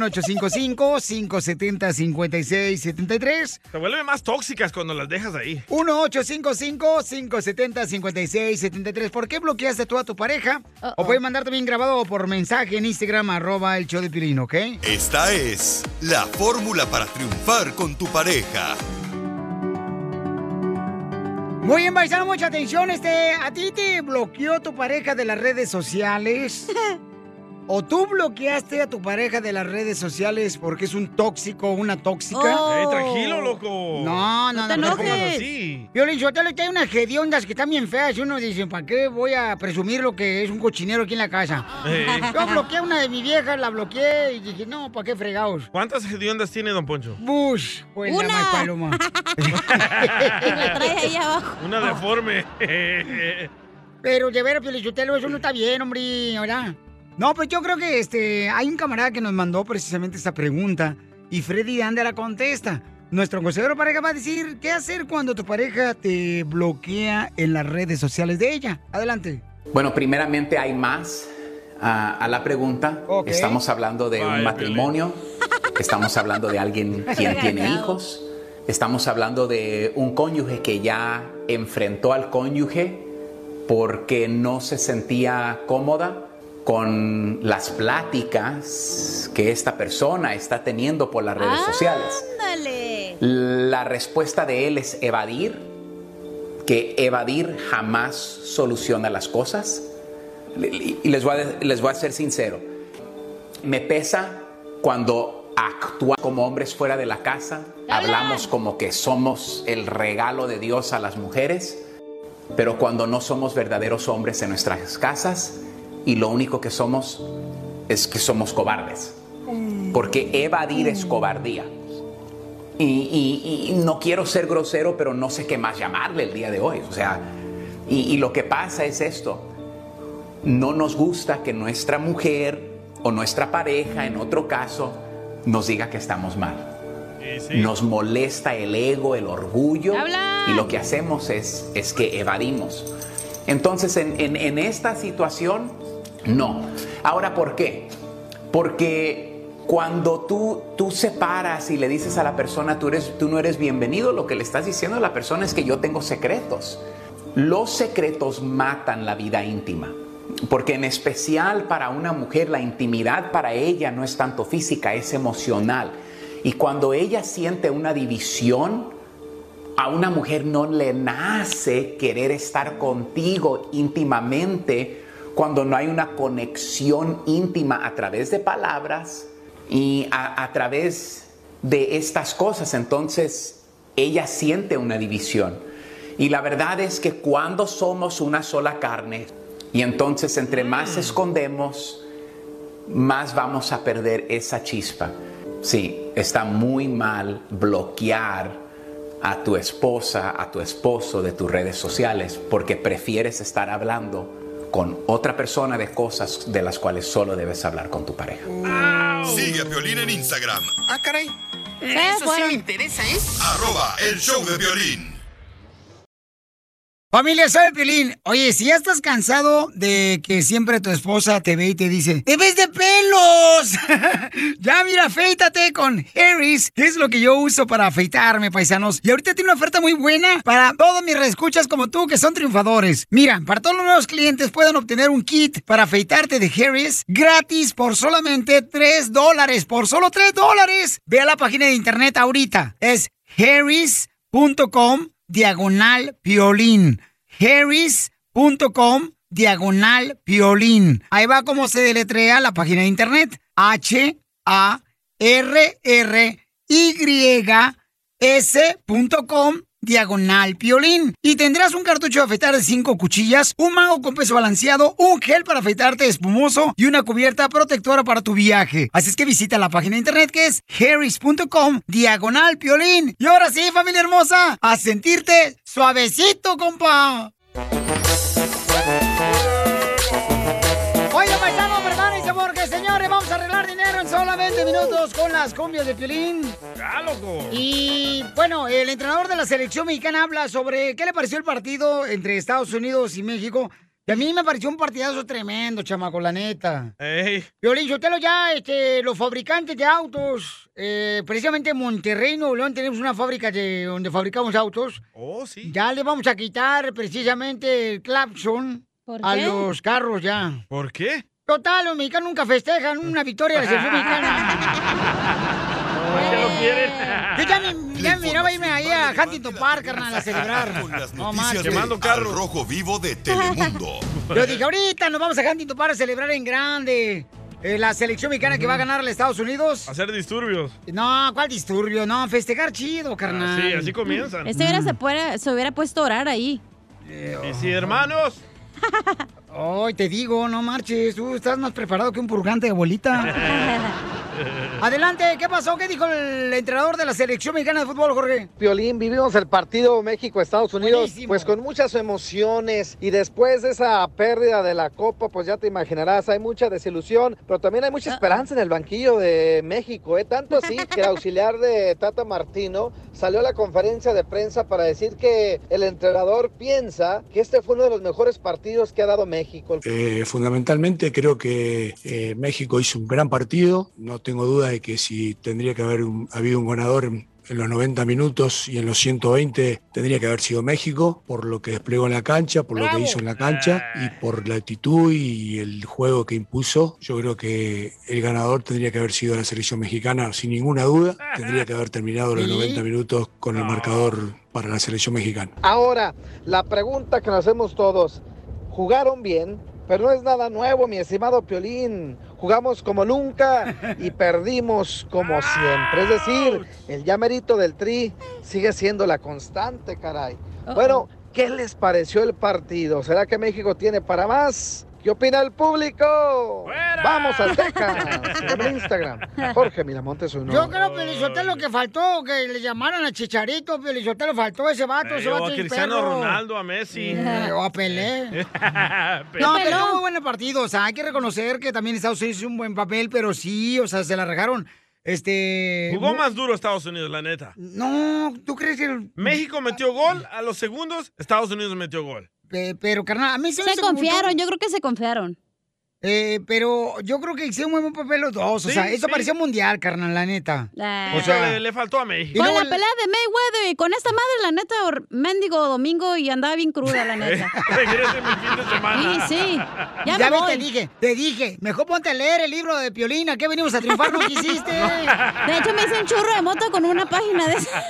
Speaker 1: 1-855-570-5673.
Speaker 3: Se vuelven más tóxicas cuando las dejas ahí.
Speaker 1: 1-855-570-5673. ¿Por qué bloqueaste tú a tu pareja? O puedes mandar también grabado por mensaje en Instagram, arroba el show de Piolín, ¿ok?
Speaker 5: Esta es la fórmula para triunfar con tu pareja.
Speaker 1: Muy bien, paisano, mucha atención. Este, ¿A ti te bloqueó tu pareja de las redes sociales? ¿O tú bloqueaste a tu pareja de las redes sociales porque es un tóxico o una tóxica?
Speaker 3: Oh. Ey, tranquilo, loco.
Speaker 1: No,
Speaker 3: No
Speaker 1: no, no.
Speaker 3: te
Speaker 1: no
Speaker 3: enojes.
Speaker 1: pongas
Speaker 3: así.
Speaker 1: Piolín, yo te lo tengo unas hediondas que están bien feas. Y uno dice, ¿para qué voy a presumir lo que es un cochinero aquí en la casa?
Speaker 3: Ey.
Speaker 1: Yo bloqueé a una de mi vieja, la bloqueé y dije, no, ¿para qué fregados?
Speaker 3: ¿Cuántas hediondas tiene Don Poncho?
Speaker 1: Bush, pues la
Speaker 3: Una.
Speaker 1: más paloma.
Speaker 3: Una deforme.
Speaker 1: Pero de veras, Pielichotelo, eso no está bien, hombre, ¿verdad? No, pues yo creo que este hay un camarada que nos mandó precisamente esta pregunta y Freddy Anda la contesta. Nuestro consejero de pareja va a decir qué hacer cuando tu pareja te bloquea en las redes sociales de ella. Adelante.
Speaker 20: Bueno, primeramente hay más a, a la pregunta. Estamos hablando de un matrimonio, estamos hablando de alguien quien tiene hijos, estamos hablando de un cónyuge que ya enfrentó al cónyuge porque no se sentía cómoda con las pláticas que esta persona está teniendo por las redes sociales.
Speaker 4: Ándale.
Speaker 20: La respuesta de él es evadir, que evadir jamás soluciona las cosas. Y les voy a, les voy a ser sincero, me pesa cuando actuamos como hombres fuera de la casa, hablamos como que somos el regalo de Dios a las mujeres, pero cuando no somos verdaderos hombres en nuestras casas y lo único que somos es que somos cobardes. Porque evadir es cobardía. Y, y- y no quiero ser grosero, pero no sé qué más llamarle el día de hoy. O sea, y, y lo que pasa es esto. No nos gusta que nuestra mujer o nuestra pareja, en otro caso, nos diga que estamos mal. Nos molesta el ego, el orgullo. Y lo que hacemos es, es que evadimos. Entonces, en, en- en esta situación, no. Ahora, ¿por qué? Porque cuando tú, tú separas y le dices a la persona, tú, eres, tú no eres bienvenido, lo que le estás diciendo a la persona es que yo tengo secretos. Los secretos matan la vida íntima. Porque en especial para una mujer, la intimidad para ella no es tanto física, es emocional. Y cuando ella siente una división, a una mujer no le nace querer estar contigo íntimamente cuando no hay una conexión íntima a través de palabras y a, a través de estas cosas. Entonces ella siente una división. Y la verdad es que cuando somos una sola carne, y entonces entre más escondemos, más vamos a perder esa chispa. Sí, está muy mal bloquear a tu esposa, a tu esposo de tus redes sociales, porque prefieres estar hablando con otra persona de cosas de las cuales solo debes hablar con tu pareja.
Speaker 5: Sigue a Violín en Instagram,
Speaker 21: Ah, caray. Eso sí me
Speaker 1: pues.
Speaker 21: interesa, ¿eh?
Speaker 5: arroba el show de violín.
Speaker 1: Familia, soy Piolín. Oye, si ya estás cansado de que siempre tu esposa te ve y te dice, ¡te ves de pelos! ya mira, afeítate con Harris. Es lo que yo uso para afeitarme, paisanos. Y ahorita tiene una oferta muy buena para todos mis reescuchas como tú, que son triunfadores. Mira, para todos los nuevos clientes pueden obtener un kit para afeitarte de Harris gratis por solamente 3 dólares. ¡Por solo 3 dólares! Ve a la página de internet ahorita. Es harris.com diagonal piolín. harris.com diagonal piolín. Ahí va como se deletrea la página de internet. H-A-R-R-Y-S.com diagonal piolín. Y tendrás un cartucho de afeitar de 5 cuchillas, un mago con peso balanceado, un gel para afeitarte espumoso y una cubierta protectora para tu viaje. Así es que visita la página de internet que es harris.com diagonal piolín. Y ahora sí, familia hermosa, a sentirte suavecito, compa. Oiga, paisano, prepárense porque, señores, vamos a arreglar dinero en solamente minutos con las cumbias de Piolín. ¡Ah, loco! Y, bueno, el entrenador de la selección mexicana habla sobre qué le pareció el partido entre Estados Unidos y México. Y a mí me pareció un partidazo tremendo, chamaco, la neta.
Speaker 3: Ey.
Speaker 1: Violín, yo te lo ya, este, los fabricantes de autos, eh, precisamente en Monterrey, Nuevo León, tenemos una fábrica de, donde fabricamos autos.
Speaker 3: Oh, sí.
Speaker 1: Ya le vamos a quitar precisamente el claxon
Speaker 3: ¿Por
Speaker 1: a
Speaker 3: qué?
Speaker 1: los carros ya.
Speaker 3: ¿Por qué?
Speaker 1: Total, los mexicanos nunca festejan una victoria de la selección mexicana.
Speaker 3: ¿Por qué lo quieren?
Speaker 1: Yo ya, me, ya me miraba irme ahí a Huntington Park, carnal, a celebrar.
Speaker 5: Con las
Speaker 1: No
Speaker 5: noticias
Speaker 1: marches.
Speaker 5: de Al Rojo Vivo de Telemundo.
Speaker 1: Yo dije, ahorita nos vamos a Huntington Park a celebrar en grande eh, la selección mexicana que va a ganar a los Estados Unidos.
Speaker 3: Hacer disturbios. Ah,
Speaker 1: No, ¿cuál disturbio? No, festejar chido, carnal. Mm.
Speaker 3: Así- así comienzan.
Speaker 4: Este hubiera se, puede- se hubiera puesto a orar ahí.
Speaker 3: Y si hermanos.
Speaker 1: Ay, te digo, no marches, tú estás más preparado que un purgante de abuelita. Adelante, ¿qué pasó? ¿Qué dijo el entrenador de la selección mexicana de fútbol, Jorge?
Speaker 6: Piolín, vivimos el partido México-Estados Unidos, pues con muchas emociones y después de esa pérdida de la Copa, pues ya te imaginarás, hay mucha desilusión, pero también hay
Speaker 1: Ah.
Speaker 6: mucha esperanza en el banquillo de México, ¿eh? Tanto así que el auxiliar de Tata Martino salió a la conferencia de prensa para decir que el entrenador piensa que este fue uno de los mejores partidos que ha dado México.
Speaker 22: Eh, fundamentalmente creo que eh, México hizo un gran partido. No tengo duda de que si tendría que haber un- habido un ganador en, en los 90 minutos y en los 120 tendría que haber sido México por lo que desplegó en la cancha, por lo que hizo en la cancha y por la actitud y el juego que impuso. Yo creo que el ganador tendría que haber sido la selección mexicana sin ninguna duda. Tendría que haber terminado los
Speaker 6: ¿Y?
Speaker 22: 90 minutos con el marcador para la selección mexicana.
Speaker 6: Ahora, la pregunta que nos hacemos todos, jugaron bien, pero no es nada nuevo, mi estimado Piolín. Jugamos como nunca y perdimos como siempre. Es decir, el llamerito del tri sigue siendo la constante, caray. Bueno, ¿qué les pareció el partido? ¿Será que México tiene para más? ¿Qué opina el público? Vamos a Instagram. Jorge Miramontes uno.
Speaker 1: Yo creo, Pelizotelo, que faltó que le llamaran a Chicharito, Pelizotelo, faltó ese vato, ese
Speaker 3: Eh,
Speaker 1: vato
Speaker 3: o a
Speaker 1: es
Speaker 3: Cristiano
Speaker 1: perro.
Speaker 3: Ronaldo, a Messi.
Speaker 1: Eh, o a Pelé. No,
Speaker 3: no,
Speaker 1: pero estuvo muy buen partido. O sea, hay que reconocer que también Estados Unidos hizo un buen papel, pero sí, o sea, se la regaron. Este.
Speaker 3: Jugó
Speaker 1: mu-
Speaker 3: más duro Estados Unidos, la neta.
Speaker 1: No, ¿tú crees que.? el-
Speaker 3: México metió gol a los segundos, Estados Unidos metió gol.
Speaker 1: Pe- Pero, carnal, a mí se me
Speaker 4: Se
Speaker 1: hizo
Speaker 4: confiaron,
Speaker 1: yo creo que se confiaron. Eh, pero yo creo que hicieron muy buen papel los dos. o
Speaker 3: Sí,
Speaker 1: sea, eso
Speaker 3: sí.
Speaker 1: parecía mundial, carnal, la neta.
Speaker 3: O sea, le, le faltó a México.
Speaker 4: Con la pelea de Mayweather y con esta madre, la neta, or- mendigo domingo y andaba bien cruda, la neta.
Speaker 3: Regrese mi fin de semana.
Speaker 4: Sí, sí. Ya
Speaker 1: Ya,
Speaker 4: me
Speaker 1: ves,
Speaker 4: voy.
Speaker 1: te dije, te dije, mejor ponte a leer el libro de Piolina, que venimos a triunfar, no quisiste.
Speaker 4: De hecho, me hice un churro de moto con una página de esa.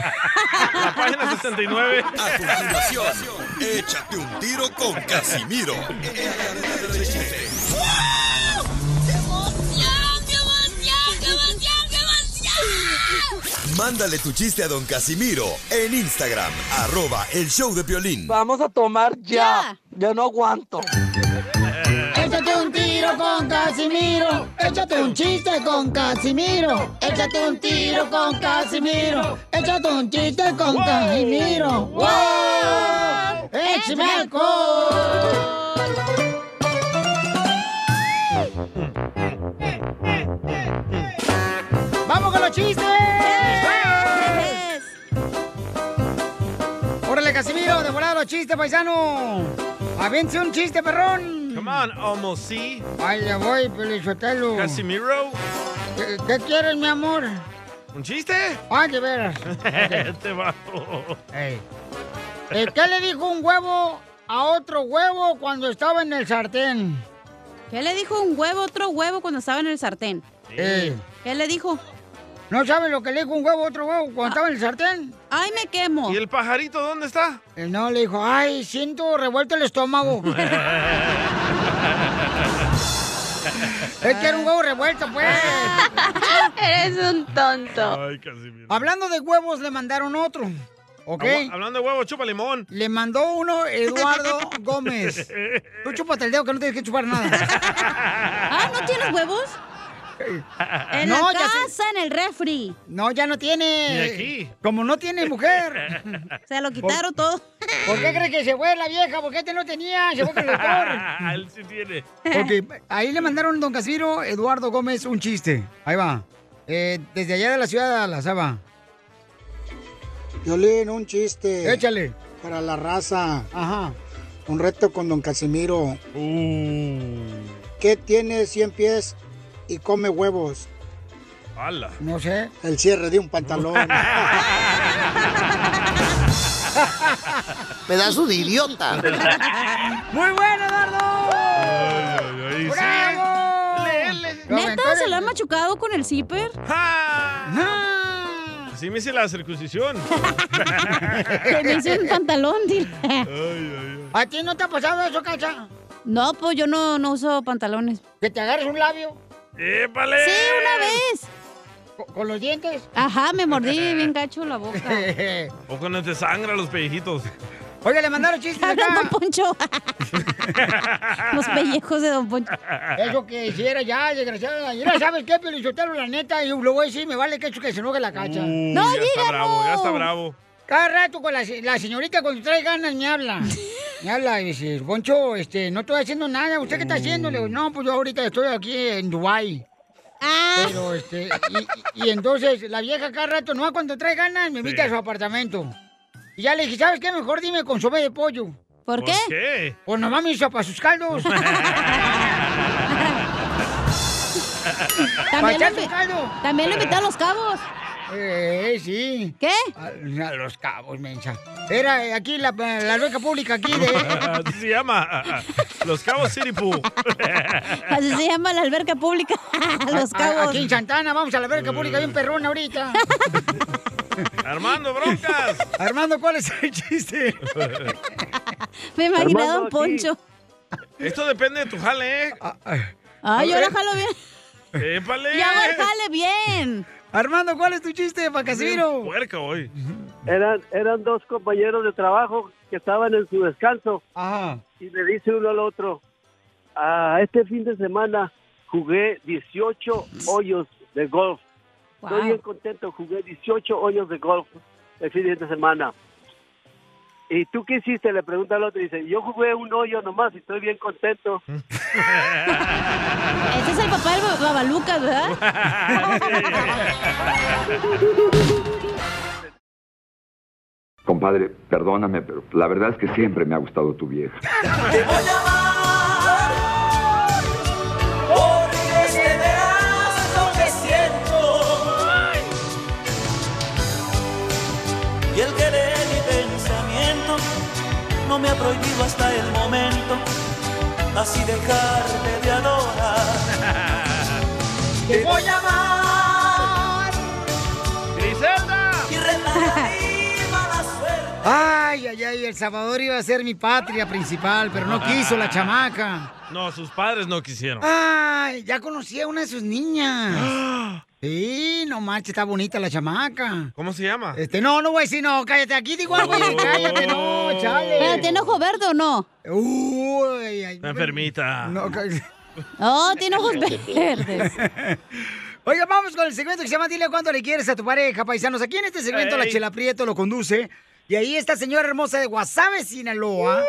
Speaker 3: La página 69.
Speaker 5: A continuación, échate un tiro con Casimiro. Mándale tu chiste a don Casimiro en Instagram, arroba el show de violín.
Speaker 23: Vamos a tomar
Speaker 1: Ah.
Speaker 23: ya. Ya no aguanto.
Speaker 1: Échate un tiro con Casimiro. Échate un chiste con Casimiro. Échate un tiro con Casimiro. Échate un chiste con Casimiro. ¡Eh, ¡Wow! ¡Échame alcohol! ¡Vamos con los chistes! ¡Órale, Casimiro! ¡Devorá los chistes, paisano! ¡Aviente un chiste, perrón!
Speaker 3: Come on, almost see.
Speaker 1: Ahí le voy, Pelichotelo.
Speaker 3: Casimiro.
Speaker 1: ¿Qué, qué quieres, mi amor?
Speaker 3: ¿Un chiste?
Speaker 1: Ah, de veras. Ok.
Speaker 3: Este vato.
Speaker 1: Eh, ¿Qué le dijo un huevo a otro huevo cuando estaba en el sartén?
Speaker 4: ¿Qué le dijo un huevo a otro huevo cuando estaba en el sartén?
Speaker 1: Eh,
Speaker 4: ¿Qué le dijo?
Speaker 1: ¿No sabes lo que le dijo un huevo a otro huevo cuando estaba en el sartén? Eh,
Speaker 4: ¡Ay, me quemo!
Speaker 3: ¿Y el pajarito dónde está?
Speaker 1: no, le dijo, ay, siento revuelto el estómago. es que era un huevo revuelto, pues. Eres un tonto.
Speaker 3: Ay, Casimiro.
Speaker 1: Hablando de huevos, le mandaron otro. ¿Ok?
Speaker 3: Agua- Hablando de huevo, chupa limón.
Speaker 1: Le mandó uno Eduardo Gómez. Tú chúpate el dedo que no tienes que chupar nada.
Speaker 4: ¡Ah, no tienes huevos! En la
Speaker 1: ya
Speaker 4: casa, en el refri.
Speaker 1: No, ya no tiene.
Speaker 4: Ni aquí.
Speaker 1: Como no tiene mujer.
Speaker 4: Se lo quitaron todo.
Speaker 1: ¿Por qué crees que se fue la vieja? ¿Por qué te no tenía? Se fue con el doctor.
Speaker 3: Ah, Él sí tiene.
Speaker 1: Ok, ahí le mandaron don Casimiro Eduardo Gómez un chiste. Ahí va. Eh, desde allá de la ciudad de Dallas, ahí va.
Speaker 24: Violín, un chiste.
Speaker 1: Échale.
Speaker 24: Para la raza.
Speaker 1: Ajá.
Speaker 24: Un reto con don Casimiro.
Speaker 1: Uh.
Speaker 24: ¿Qué tiene 100 pies y come huevos?
Speaker 3: ¡Hala!
Speaker 1: No sé.
Speaker 24: El cierre de un pantalón.
Speaker 21: Pedazo de idiota.
Speaker 1: ¡Muy bueno,
Speaker 21: Eduardo!
Speaker 4: ¿Neta se lo han machucado con el zipper?
Speaker 3: Así me hice la circuncisión.
Speaker 4: Que me hice un pantalón, dile.
Speaker 1: ¿A ti no te ha pasado eso, Cacha?
Speaker 4: No, pues yo no, no uso pantalones.
Speaker 1: ¿Que te agarres un labio?
Speaker 3: ¡Épale!
Speaker 4: Sí, una vez.
Speaker 1: ¿Con, los dientes?
Speaker 4: Ajá, me mordí bien gacho la boca.
Speaker 3: O cuando te sangra los pellejitos.
Speaker 1: Oiga, le mandaron chistes acá.
Speaker 4: Don Poncho. Los pellejos de Don Poncho.
Speaker 1: Eso que hiciera ya, desgraciada. Mira, ¿sabes qué, Pelichotero? La neta, yo lo voy a decir, me vale que que se enoje la cacha.
Speaker 3: No, Uh, ya está dígalo. bravo, ya está bravo.
Speaker 1: Cada rato con la, se- la señorita oh. cuando trae ganas me habla. Me habla y dice, Poncho, este, no estoy haciendo nada. ¿Usted qué está haciendo? Le digo, no, pues yo ahorita estoy aquí en Dubái.
Speaker 4: Ah.
Speaker 1: Pero, este, y, y- y entonces la vieja cada rato, no, cuando trae ganas, me invita
Speaker 3: Sí.
Speaker 1: a su apartamento. Y ya le dije, ¿sabes qué? Mejor dime consomé de pollo.
Speaker 4: ¿Por
Speaker 3: qué? qué?
Speaker 1: Pues nomás me hizo para sus caldos.
Speaker 4: También lo,
Speaker 1: Pachá tu
Speaker 4: invi-
Speaker 1: caldo.
Speaker 4: también lo invité a los cabos.
Speaker 1: Eh, sí.
Speaker 4: ¿Qué?
Speaker 1: A, a los cabos, mensa. Era eh, aquí la, la alberca pública, aquí de...
Speaker 3: Así se llama. ah, ah, Los Cabos City Pool.
Speaker 4: Así se llama la alberca pública. los
Speaker 1: a-
Speaker 4: cabos.
Speaker 1: aquí en Santana, vamos a la alberca pública, bien perrón ahorita.
Speaker 3: Armando, broncas.
Speaker 1: Armando, ¿cuál es el chiste?
Speaker 4: Me imaginé a Don
Speaker 3: Armando, aquí.
Speaker 4: Poncho.
Speaker 3: Esto depende de tu jale, ¿eh?
Speaker 4: Ay, yo la jalo bien.
Speaker 3: ¡Épale!
Speaker 4: Yo hago el jale bien.
Speaker 1: Armando, ¿cuál es tu chiste para
Speaker 3: Bien Puerca hoy.
Speaker 7: Eran, eran dos compañeros de trabajo que estaban en su descanso.
Speaker 1: Ah.
Speaker 7: Y le dice uno al otro, a este fin de semana jugué 18 hoyos de golf. Estoy
Speaker 8: Wow.
Speaker 7: bien contento, jugué 18 hoyos de golf el fin de semana. ¿Y tú qué hiciste? Le pregunta al otro y dice, yo jugué un hoyo nomás y estoy bien contento.
Speaker 4: Este es el papá del ba- Babalucas, ¿verdad?
Speaker 25: Compadre, perdóname, pero la verdad es que siempre me ha gustado tu vieja.
Speaker 9: Porque este verano que siento y el que de mi pensamiento no me ha prohibido hasta el momento así dejarte de adorar. Te voy a amar. Griselda. Y retar mi mala suerte.
Speaker 1: Ay, ay, ay, El Salvador iba a ser mi patria principal, pero no quiso la chamaca.
Speaker 3: No, sus padres no quisieron.
Speaker 1: Ay, ya conocí a una de sus niñas. Sí, no manches, está bonita la chamaca.
Speaker 3: ¿Cómo se llama?
Speaker 1: Este, no, no voy a decir, no, cállate, aquí digo algo, oye, cállate, no, chale.
Speaker 4: ¿Pero tiene ojo verde o no?
Speaker 1: Uy, ay,
Speaker 3: Una enfermita.
Speaker 1: no, cállate.
Speaker 4: Oh, tiene ojos verdes.
Speaker 1: Oiga, vamos con el segmento que se llama Dile cuánto le quieres a tu pareja, paisanos. Aquí en este segmento la
Speaker 4: Ey.
Speaker 1: Chela Prieto lo conduce. Y ahí esta señora hermosa de Guasave, Sinaloa,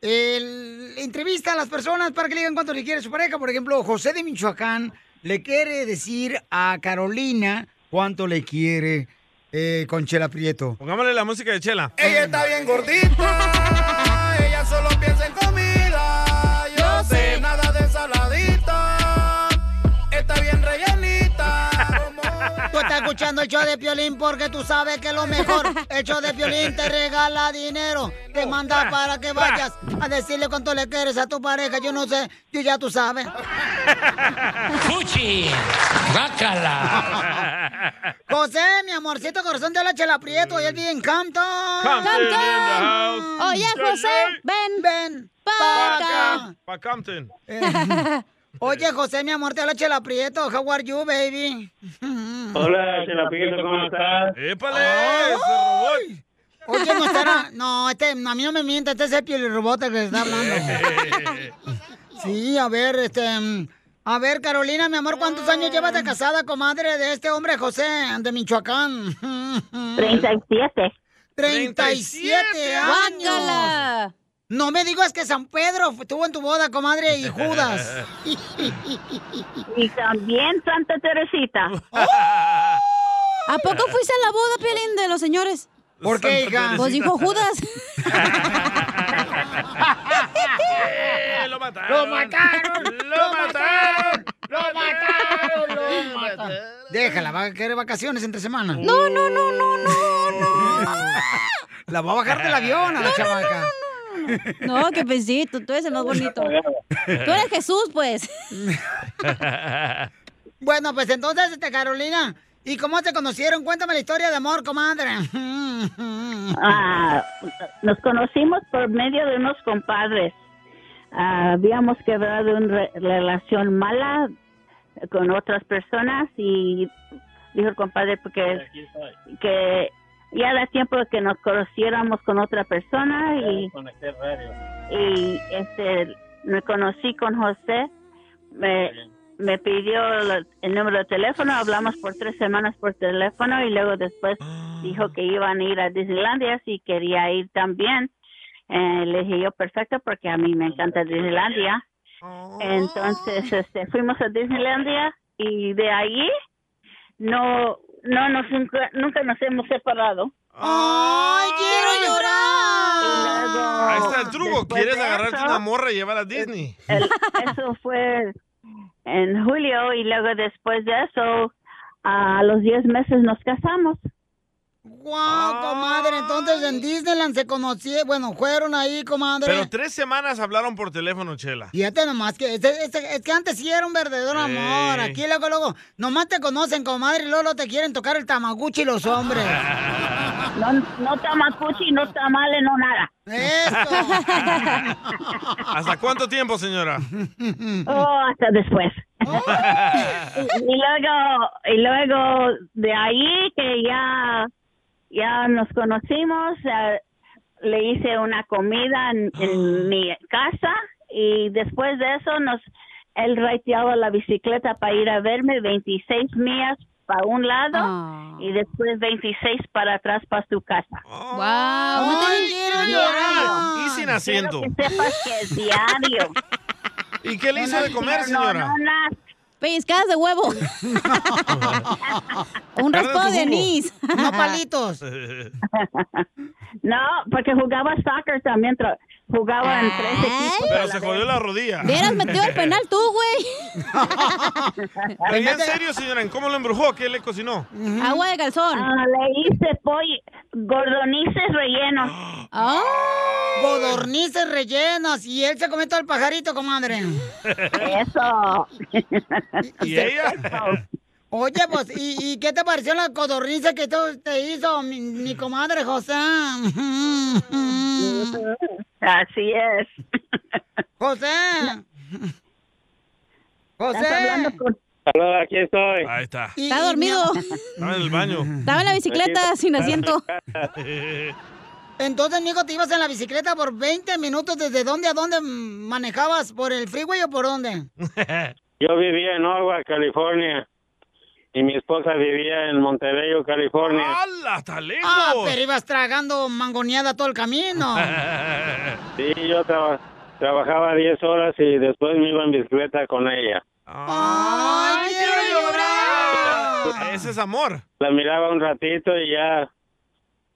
Speaker 1: el- entrevista a las personas para que le digan cuánto le quiere a su pareja. Por ejemplo, José de Michoacán le quiere decir a Carolina cuánto le quiere eh, con Chela Prieto.
Speaker 3: Pongámosle la música de Chela.
Speaker 9: Ella está bien gordita, ella solo piensa en comida. Yo sé nada de saladita, está bien rellenita.
Speaker 1: Tú estás escuchando el show de Piolín porque tú sabes que lo mejor, el show de Piolín te regala dinero, te manda para que vayas a decirle cuánto le quieres a tu pareja, yo no sé, yo ya tú sabes.
Speaker 9: ¡Fuchi! ¡Bácala!
Speaker 1: José, mi amorcito corazón de la Chela Prieto, y él vive en Campton.
Speaker 3: Campton in the house.
Speaker 4: Oye, José,
Speaker 1: ven, ven,
Speaker 4: pa'
Speaker 1: acá. Eh.
Speaker 3: Pa' Compton.
Speaker 1: Oye, José, mi amor, te la Chela Prieto, how are you, baby?
Speaker 8: Hola, Chela Prieto, ¿cómo estás?
Speaker 3: ¡Épale!
Speaker 1: ¡Ay! Oye, no estará. No, este, a mí no me miente, este es el piel robota que está hablando. Sí, a ver, este. mm, A ver, Carolina, mi amor, ¿cuántos años
Speaker 4: Ah.
Speaker 1: llevas de casada, comadre, de este hombre José, de Michoacán?
Speaker 14: 37.
Speaker 1: 37 años.
Speaker 4: Guácala.
Speaker 1: No me digas que San Pedro estuvo en tu boda, comadre, y Judas.
Speaker 14: Y también Santa Teresita.
Speaker 4: ¿A poco fuiste a la boda, Piolín, de los señores?
Speaker 1: ¿Por qué, hija?
Speaker 4: Pues dijo Judas.
Speaker 9: Eh,
Speaker 3: ¡Lo mataron!
Speaker 1: ¡Lo mataron! ¡Lo mataron! ¡Lo mataron! ¡Lo mataron! Déjala, va a querer vacaciones entre semana.
Speaker 4: No, no, no, no, no, no.
Speaker 1: La va a bajar del avión a la
Speaker 4: No, no,
Speaker 1: chavaca.
Speaker 4: No, qué pesito, tú eres el más bonito. Tú eres Jesús, pues.
Speaker 1: Bueno, pues entonces, este, Carolina, ¿y cómo se conocieron? Cuéntame la historia de amor, comadre.
Speaker 14: Ah, nos conocimos por medio de unos compadres. Ah, habíamos quebrado una relación mala con otras personas y dijo el compadre porque que
Speaker 12: ya era tiempo de que nos conociéramos con otra persona y,
Speaker 8: Conecté radio.
Speaker 12: y este me conocí con José. Me, me pidió la- el número de teléfono, hablamos por tres semanas por teléfono y luego después dijo que iban a ir a Disneylandia si quería ir también. Eh, le dije yo, perfecto, porque a mí me encanta Disneylandia. Entonces este, fuimos a Disneylandia y de ahí no, no nos, nunca, nunca nos hemos separado.
Speaker 3: ¡Ay, quiero
Speaker 8: ¡Oh!
Speaker 12: llorar!
Speaker 3: Ahí está el truco.
Speaker 12: después
Speaker 3: ¿Quieres
Speaker 12: de
Speaker 3: agarrarte
Speaker 12: eso-
Speaker 3: una morra y llevarla a Disney?
Speaker 12: El- eso fue en julio y luego después de eso, a los 10 meses nos casamos.
Speaker 1: ¡Guau, comadre! Entonces en Disneyland se conocieron, bueno, fueron ahí, comadre.
Speaker 3: Pero tres semanas hablaron por teléfono, Chela.
Speaker 1: Fíjate nomás que este- este- es que antes sí era un verdadero
Speaker 3: Ey.
Speaker 1: amor. Aquí luego, luego, nomás te conocen, comadre, y luego, luego te quieren tocar el tamaguchi los hombres.
Speaker 12: No, no tamaguchi, no tamales, no nada.
Speaker 3: ¿Hasta cuánto tiempo, señora?
Speaker 12: Oh, hasta después. y luego, y luego de ahí que ya, ya nos conocimos, eh, le hice una comida en, en mi casa y después de eso nos, él raiteaba la bicicleta para ir a verme 26 millas para un lado
Speaker 13: Ah.
Speaker 12: y después 26 para atrás para su casa.
Speaker 13: ¡Wow! ¡No te quiero llorar!
Speaker 3: Y sin
Speaker 4: Ah.
Speaker 3: asiento.
Speaker 12: Quiero que sepas que es diario.
Speaker 3: ¿Y qué le hizo de comer, señora?
Speaker 4: Pescadas de huevo. Un
Speaker 3: Guarda
Speaker 4: raspado
Speaker 3: tu
Speaker 4: de
Speaker 12: jugo.
Speaker 4: anís.
Speaker 12: No palitos. No, porque jugaba soccer también, tra- jugaba en tres equipos.
Speaker 3: Pero se jodió la rodilla.
Speaker 12: Hubieras metido el penal tú, güey.
Speaker 3: Pero ya en serio, señora, ¿en cómo lo embrujó? ¿Qué le cocinó?
Speaker 12: Agua de calzón. Ah, le hice pollo, gordonices rellenos.
Speaker 1: Codornices rellenas y él se comió todo el pajarito, comadre.
Speaker 12: Eso.
Speaker 3: ¿Y ella?
Speaker 1: Oye, pues, ¿y, y qué te pareció la codorniza que tú- te hizo mi, mi comadre José?
Speaker 12: Así es.
Speaker 1: José.
Speaker 12: José.
Speaker 8: Aló, aquí estoy.
Speaker 3: Ahí está.
Speaker 4: Está dormido.
Speaker 3: Estaba en el baño.
Speaker 4: Estaba en la bicicleta sin asiento.
Speaker 1: Entonces, Nico, te ibas en la bicicleta por 20 minutos. ¿Desde dónde a dónde mm, manejabas? ¿Por el freeway o por dónde?
Speaker 8: Yo vivía en Orwell, California. Y mi esposa vivía en Monterrey, California.
Speaker 3: ¡Hala, tan lejos!
Speaker 1: Ah, pero ibas tragando mangoneada todo el camino.
Speaker 8: Sí, yo traba- trabajaba 10 horas y después me iba en bicicleta con ella.
Speaker 1: Ah, ¡Ay, quiero llorar!
Speaker 3: Ese es amor.
Speaker 8: La miraba un ratito y ya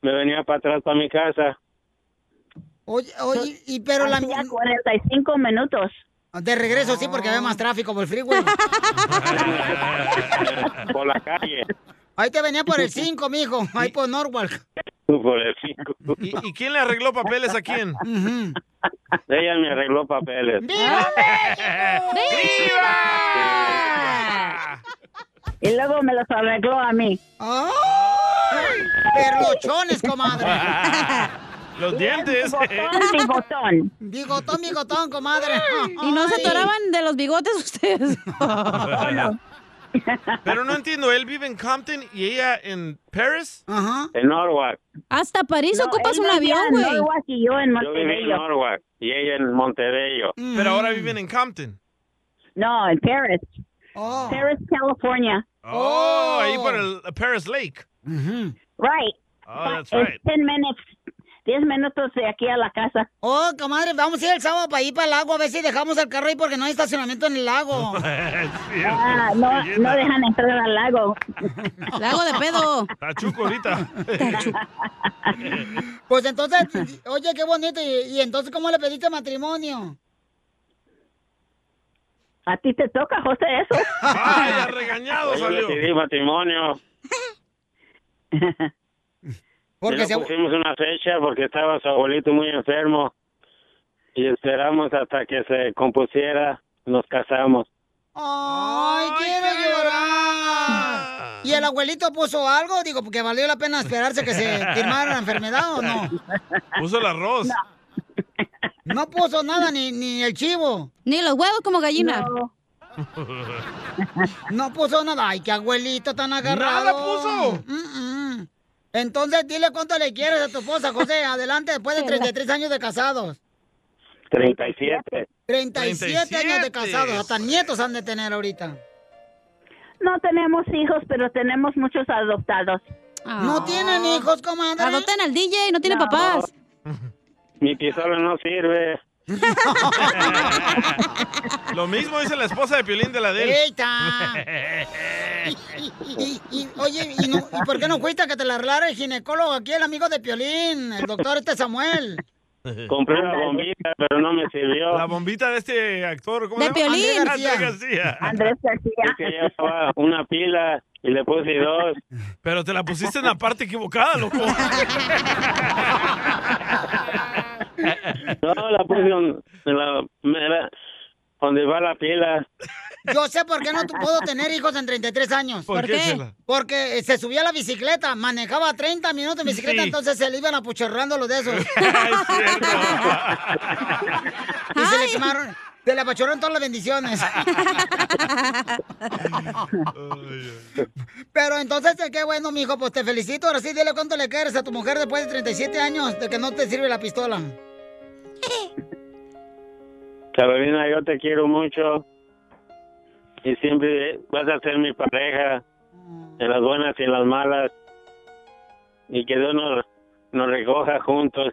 Speaker 8: me venía para atrás para mi casa.
Speaker 1: Oye, oye, y pero la...
Speaker 12: Hacía 45 minutos. Ah.
Speaker 1: De regreso, sí, porque había más tráfico por el freeway.
Speaker 8: por la calle,
Speaker 1: Ahí te venía por el 5, mijo. Ahí por Norwalk.
Speaker 8: por el cinco.
Speaker 3: ¿Y quién le arregló papeles a quién?
Speaker 8: Ella me arregló papeles.
Speaker 9: Ah.
Speaker 12: Y luego me los arregló a mí.
Speaker 1: Perlochones, comadre.
Speaker 3: Los dientes.
Speaker 12: bigotón.
Speaker 1: Bigotón, bigotón, comadre.
Speaker 4: Y no se
Speaker 1: Ay.
Speaker 4: atoraban de los bigotes ustedes.
Speaker 3: Pero no entiendo, él vive en Compton y ella en Paris.
Speaker 1: Ajá.
Speaker 8: En Norwalk.
Speaker 4: Hasta París ocupas
Speaker 12: él
Speaker 4: un
Speaker 12: vivía
Speaker 4: avión,
Speaker 12: en
Speaker 4: güey.
Speaker 12: Norwalk y yo en
Speaker 8: Yo viví en Norwalk y ella en Monterrey.
Speaker 3: Pero ahora viven en Compton.
Speaker 12: No, en Paris. Paris, California.
Speaker 3: Oh, ahí por el Paris Lake.
Speaker 12: Right.
Speaker 3: Oh, that's
Speaker 12: It's
Speaker 3: right.
Speaker 12: 10 minutes. 10 minutos de aquí a la casa.
Speaker 1: Oh, comadre, vamos a ir el sábado para ir para el lago. A ver si dejamos el carro ahí porque no hay estacionamiento en el lago.
Speaker 12: Ah, no, no dejan entrar al lago.
Speaker 1: Lago de pedo.
Speaker 3: Tachuco ahorita.
Speaker 9: Eh,
Speaker 1: Pues entonces, oye, qué bonito. ¿Y, y entonces cómo le pediste matrimonio?
Speaker 12: A ti te toca, José, eso.
Speaker 3: ¡Ay, regañado
Speaker 8: Yo le
Speaker 3: salió!
Speaker 8: pedí matrimonio.
Speaker 1: Porque
Speaker 8: le pusimos una fecha porque estaba su abuelito muy enfermo y esperamos hasta que se compusiera, nos casamos.
Speaker 1: ¡Ay, quiero llorar! ¿Y el abuelito puso algo? Digo, porque valió la pena esperarse que se firmara la enfermedad o no.
Speaker 3: Puso el arroz.
Speaker 1: No puso nada, ni, ni el chivo.
Speaker 4: Ni los huevos como gallina.
Speaker 12: No.
Speaker 1: puso nada. Ay, qué abuelito tan agarrado.
Speaker 4: Nada puso.
Speaker 1: Mm, mm. Entonces, dile cuánto le quieres a tu esposa, José. Adelante, después de 33 años de casados.
Speaker 26: 37.
Speaker 1: 37, años de casados. Hasta nietos han de tener ahorita.
Speaker 12: No tenemos hijos, pero tenemos muchos adoptados.
Speaker 1: No tienen hijos, comadre.
Speaker 4: Adopten al DJ, no tiene papás.
Speaker 26: Mi pistola no sirve.
Speaker 3: Lo mismo dice la esposa de Piolín de la del.
Speaker 1: Eita. Y, y- oye, y, no- ¿y por qué no fuiste a que te la arreglara el ginecólogo aquí, el amigo de Piolín, el doctor este Samuel?
Speaker 26: Compré la bombita, pero no me sirvió.
Speaker 3: La bombita de este actor, ¿cómo
Speaker 1: De
Speaker 3: se llama?
Speaker 1: Piolín.
Speaker 3: Andrés García.
Speaker 12: Andrés García.
Speaker 26: Que llevaba una pila y le puse dos.
Speaker 3: Pero te la pusiste en la parte equivocada, loco.
Speaker 26: No, la puse en en la, mera- donde va la pila.
Speaker 1: Yo sé por qué no tu- puedo tener hijos en 33 años.
Speaker 26: ¿Por ¿Por qué, qué? Chela?
Speaker 1: Porque eh, se subía a la bicicleta, manejaba 30 minutos en bicicleta,
Speaker 3: Sí.
Speaker 1: entonces se le iban apuchorrando los de esos. y se le quemaron, se le apachorraron todas las bendiciones. Pero entonces, eh, qué bueno, mijo, pues te felicito. Ahora sí, dile cuánto le quieres a tu mujer después de 37 años de que no te sirve la pistola.
Speaker 26: Carolina, yo te quiero mucho. Y siempre vas a ser mi pareja. En las buenas y en las malas. Y que Dios nos, nos recoja juntos.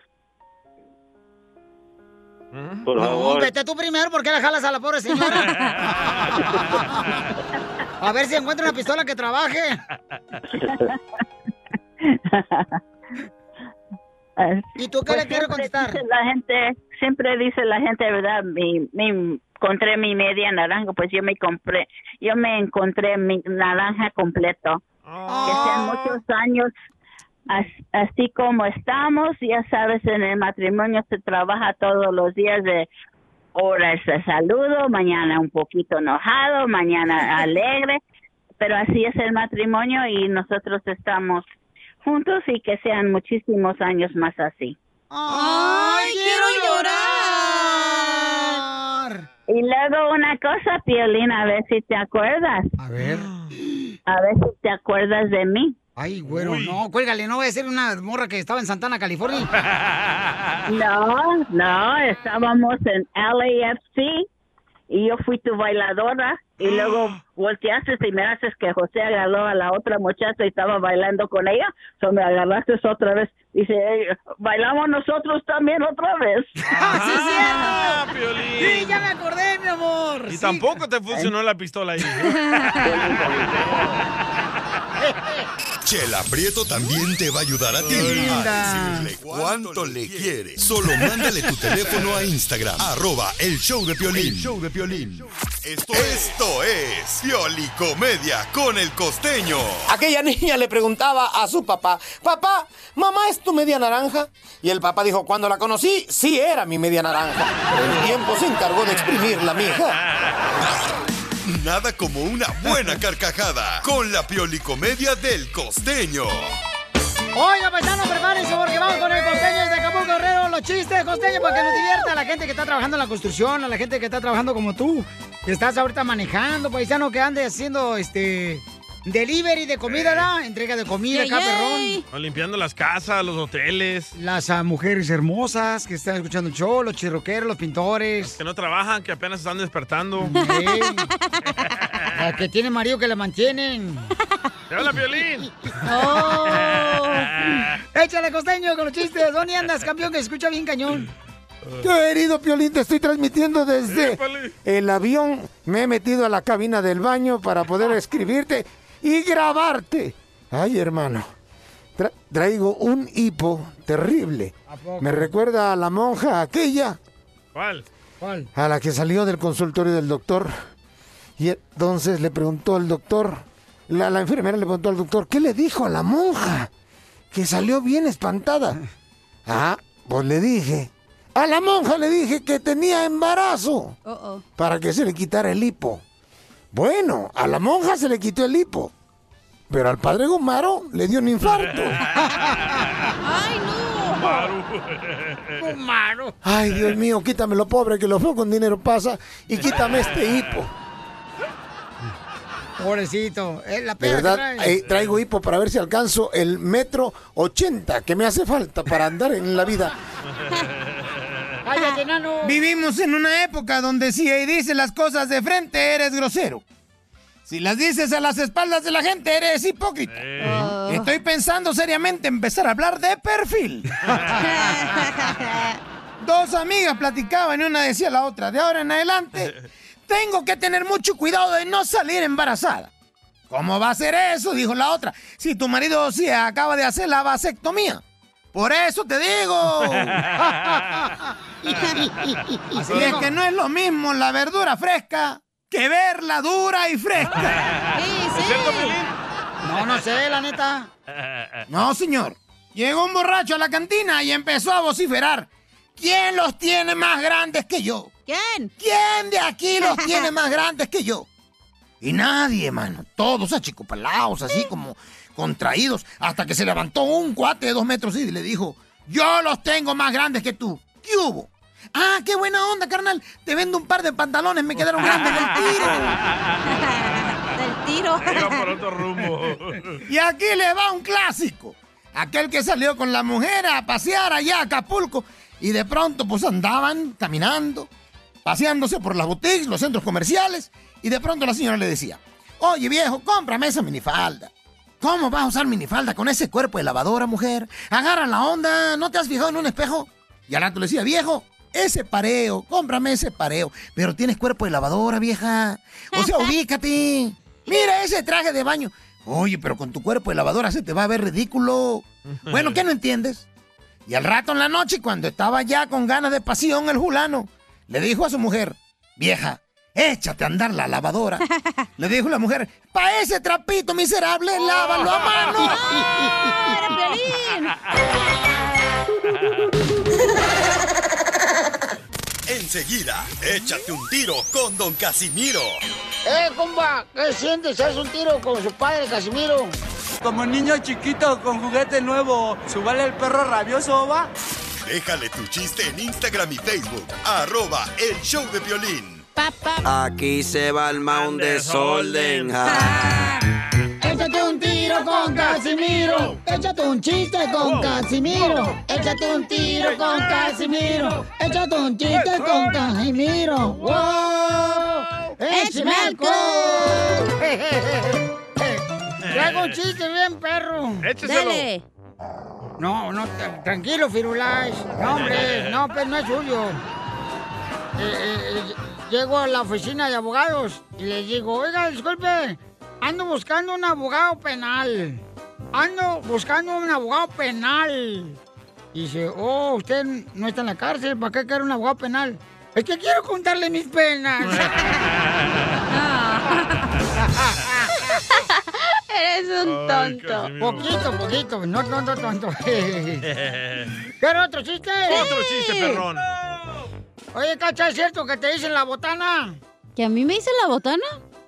Speaker 26: Por
Speaker 1: No,
Speaker 26: favor.
Speaker 1: vete tú primero porque la jalas a la pobre señora. A ver si encuentra una pistola que trabaje. ¿Y tú qué le quieres contestar?
Speaker 12: pues La gente, siempre dice la gente, ¿verdad? Mi, mi, encontré mi media naranja, pues yo me compré, yo me encontré mi naranja completo. Que sean
Speaker 1: Ah.
Speaker 12: muchos años, as- así como estamos, ya sabes, en el matrimonio se trabaja todos los días de horas de saludo, mañana un poquito enojado, mañana alegre, pero así es el matrimonio y nosotros estamos juntos y que sean muchísimos años más así.
Speaker 1: ¡Ay, quiero llorar!
Speaker 12: Y luego una cosa, Piolín, a ver si te acuerdas.
Speaker 1: A ver.
Speaker 12: A ver si te acuerdas de mí.
Speaker 1: Ay, güero, no, cuélgale, no voy a ser una morra que estaba en Santana, California.
Speaker 12: No, no, estábamos en LAFC y yo fui tu bailadora y luego volteaste y me haces que José agarró a la otra muchacha y estaba bailando con ella, so me agarraste otra vez. Dice, "Ey, bailamos nosotros también otra vez.
Speaker 3: Ah, Piolín.
Speaker 1: Sí, ya me acordé, mi amor.
Speaker 3: Y tampoco te funcionó la pistola ahí.
Speaker 5: Chela Prieto también te va a ayudar a ti a decirle cuánto le quiere. Solo mándale tu teléfono a Instagram, arroba el show de Piolín. El Esto, esto es Pioli Comedia con el costeño.
Speaker 27: Aquella niña le preguntaba a su papá, papá, mamá es tu media naranja. Y el papá dijo, cuando la conocí, sí era mi media naranja. Pero el tiempo se encargó de exprimirla, mija.
Speaker 5: Nada como una buena carcajada con la Pioli Comedia del costeño.
Speaker 1: Oiga, paisanos, prepárense porque vamos con el costeño de Acapulco Guerrero, los chistes, costeño, para que nos divierta a la gente que está trabajando en la construcción, a la gente que está trabajando como tú, que estás ahorita manejando, paisano, que ande haciendo este delivery de comida, ¿verdad? Entrega de comida, acá, perrón.
Speaker 3: O limpiando las casas, los hoteles.
Speaker 1: Las ah, mujeres hermosas que están escuchando el show, los chirroqueros, los pintores,
Speaker 3: Que no trabajan, que apenas están despertando.
Speaker 1: Ey. las que tienen marido que la mantienen.
Speaker 3: ¡Te habla Piolín!
Speaker 1: Oh. Échale costeño con los chistes. ¿Dónde andas, campeón? Que se escucha bien cañón.
Speaker 16: Querido Piolín, te estoy transmitiendo desde el avión. Me he metido a la cabina del baño para poder escribirte y grabarte. Ay, hermano, tra- traigo un hipo terrible.
Speaker 3: poco?
Speaker 16: Me recuerda a la monja aquella
Speaker 3: ¿Cuál? ¿Cuál?
Speaker 16: a la que salió del consultorio del doctor. Y entonces le preguntó al doctor, la, la enfermera le preguntó al doctor, ¿qué le dijo a la monja? Que salió bien espantada. Ah, pues le dije, a la monja le dije que tenía embarazo para que se le quitara el hipo. Bueno, a la monja se le quitó el hipo, pero al padre Gomaro le dio un infarto.
Speaker 3: ¡Ay, no! Maru.
Speaker 1: Oh, Fumaro.
Speaker 16: Ay, Dios mío, quítame este lo pobre que lo feo con dinero pasa y quítame este hipo.
Speaker 1: Pobrecito. eh, la
Speaker 28: De
Speaker 1: peda que
Speaker 28: verdad,
Speaker 1: trae.
Speaker 28: eh, traigo hipo para ver si alcanzo el metro 80 que me hace falta para andar en la vida.
Speaker 1: Cállate, nano.
Speaker 16: Vivimos en una época donde si dices las cosas de frente eres grosero. Si las dices a las espaldas de la gente eres hipócrita.
Speaker 9: Oh.
Speaker 16: Estoy pensando seriamente empezar a hablar de perfil. Dos amigas platicaban y una decía a la otra, de ahora en adelante tengo que tener mucho cuidado de no salir embarazada. ¿Cómo va a ser eso? Dijo la otra. Si tu marido se acaba de hacer la vasectomía. Por eso te digo.
Speaker 9: Así
Speaker 16: y es
Speaker 9: dijo.
Speaker 16: que no es lo mismo la verdura fresca que verla dura y fresca.
Speaker 1: No, no sé, la neta.
Speaker 16: No, señor. Llegó un borracho a la cantina y empezó a vociferar. ¿Quién los tiene más grandes que yo? ¿Quién? ¿Quién de aquí los tiene más grandes que yo? Y nadie, mano. Todos achicopalados, así como contraídos. Hasta que se levantó un cuate de dos metros y le dijo, yo los tengo más grandes que tú. ¿Qué hubo? Ah, qué buena onda, carnal. Te vendo un par de pantalones, me quedaron grandes del tiro. del tiro.
Speaker 3: Iba por otro rumbo.
Speaker 16: Y aquí le va un clásico. Aquel que salió con la mujer a pasear allá a Acapulco y de pronto pues andaban caminando, paseándose por las boutiques, los centros comerciales y de pronto la señora le decía, oye viejo, cómprame esa minifalda. ¿Cómo vas a usar minifalda con ese cuerpo de lavadora, mujer? Agarra la onda, ¿no te has fijado en un espejo? Y al rato le decía, viejo, ese pareo, cómprame ese pareo. Pero tienes cuerpo de lavadora, vieja. O sea, ubícate. Mira ese traje de baño. Oye, pero con tu cuerpo de lavadora se te va a ver ridículo. Bueno, ¿qué no entiendes? Y al rato en la noche, cuando estaba ya con ganas de pasión, el fulano le dijo a su mujer, vieja, échate a andar la lavadora. Le dijo la mujer, pa' ese trapito miserable, lávalo a mano.
Speaker 5: Enseguida, échate un tiro con Don Casimiro.
Speaker 1: ¡Eh, comba! ¿Qué sientes? ¿Haz un tiro con su padre, Casimiro?
Speaker 6: Como niño chiquito con juguete nuevo, subale el perro rabioso, va.
Speaker 5: Déjale tu chiste en Instagram y Facebook. Arroba el show de violín.
Speaker 6: Aquí se va el mound desorden.
Speaker 1: Échate un tiro con Casimiro. Échate un chiste con Casimiro. Échate un tiro con Casimiro. Échate un chiste con Casimiro. ¡Wow! ¡Échame alcohol! Traigo un chiste bien, perro.
Speaker 9: Écheselo. Dale.
Speaker 1: No, no, tra- tranquilo, Firulais. No, hombre, no, pues no es suyo. Eh, eh, eh, llego a la oficina de abogados y les digo, oiga, disculpe, ando buscando un abogado penal. Ando buscando un abogado penal. Y dice, oh, usted no está en la cárcel, ¿para qué quiere un abogado penal? Es que quiero contarle mis penas. Eres un
Speaker 9: Ay,
Speaker 1: tonto. poquito, poquito, no tonto, tonto. ¿Pero otro chiste?
Speaker 9: Otro chiste, perrón.
Speaker 1: Oye, Cacha, ¿es cierto que te dicen la botana?
Speaker 2: ¿Que a mí me dicen la botana?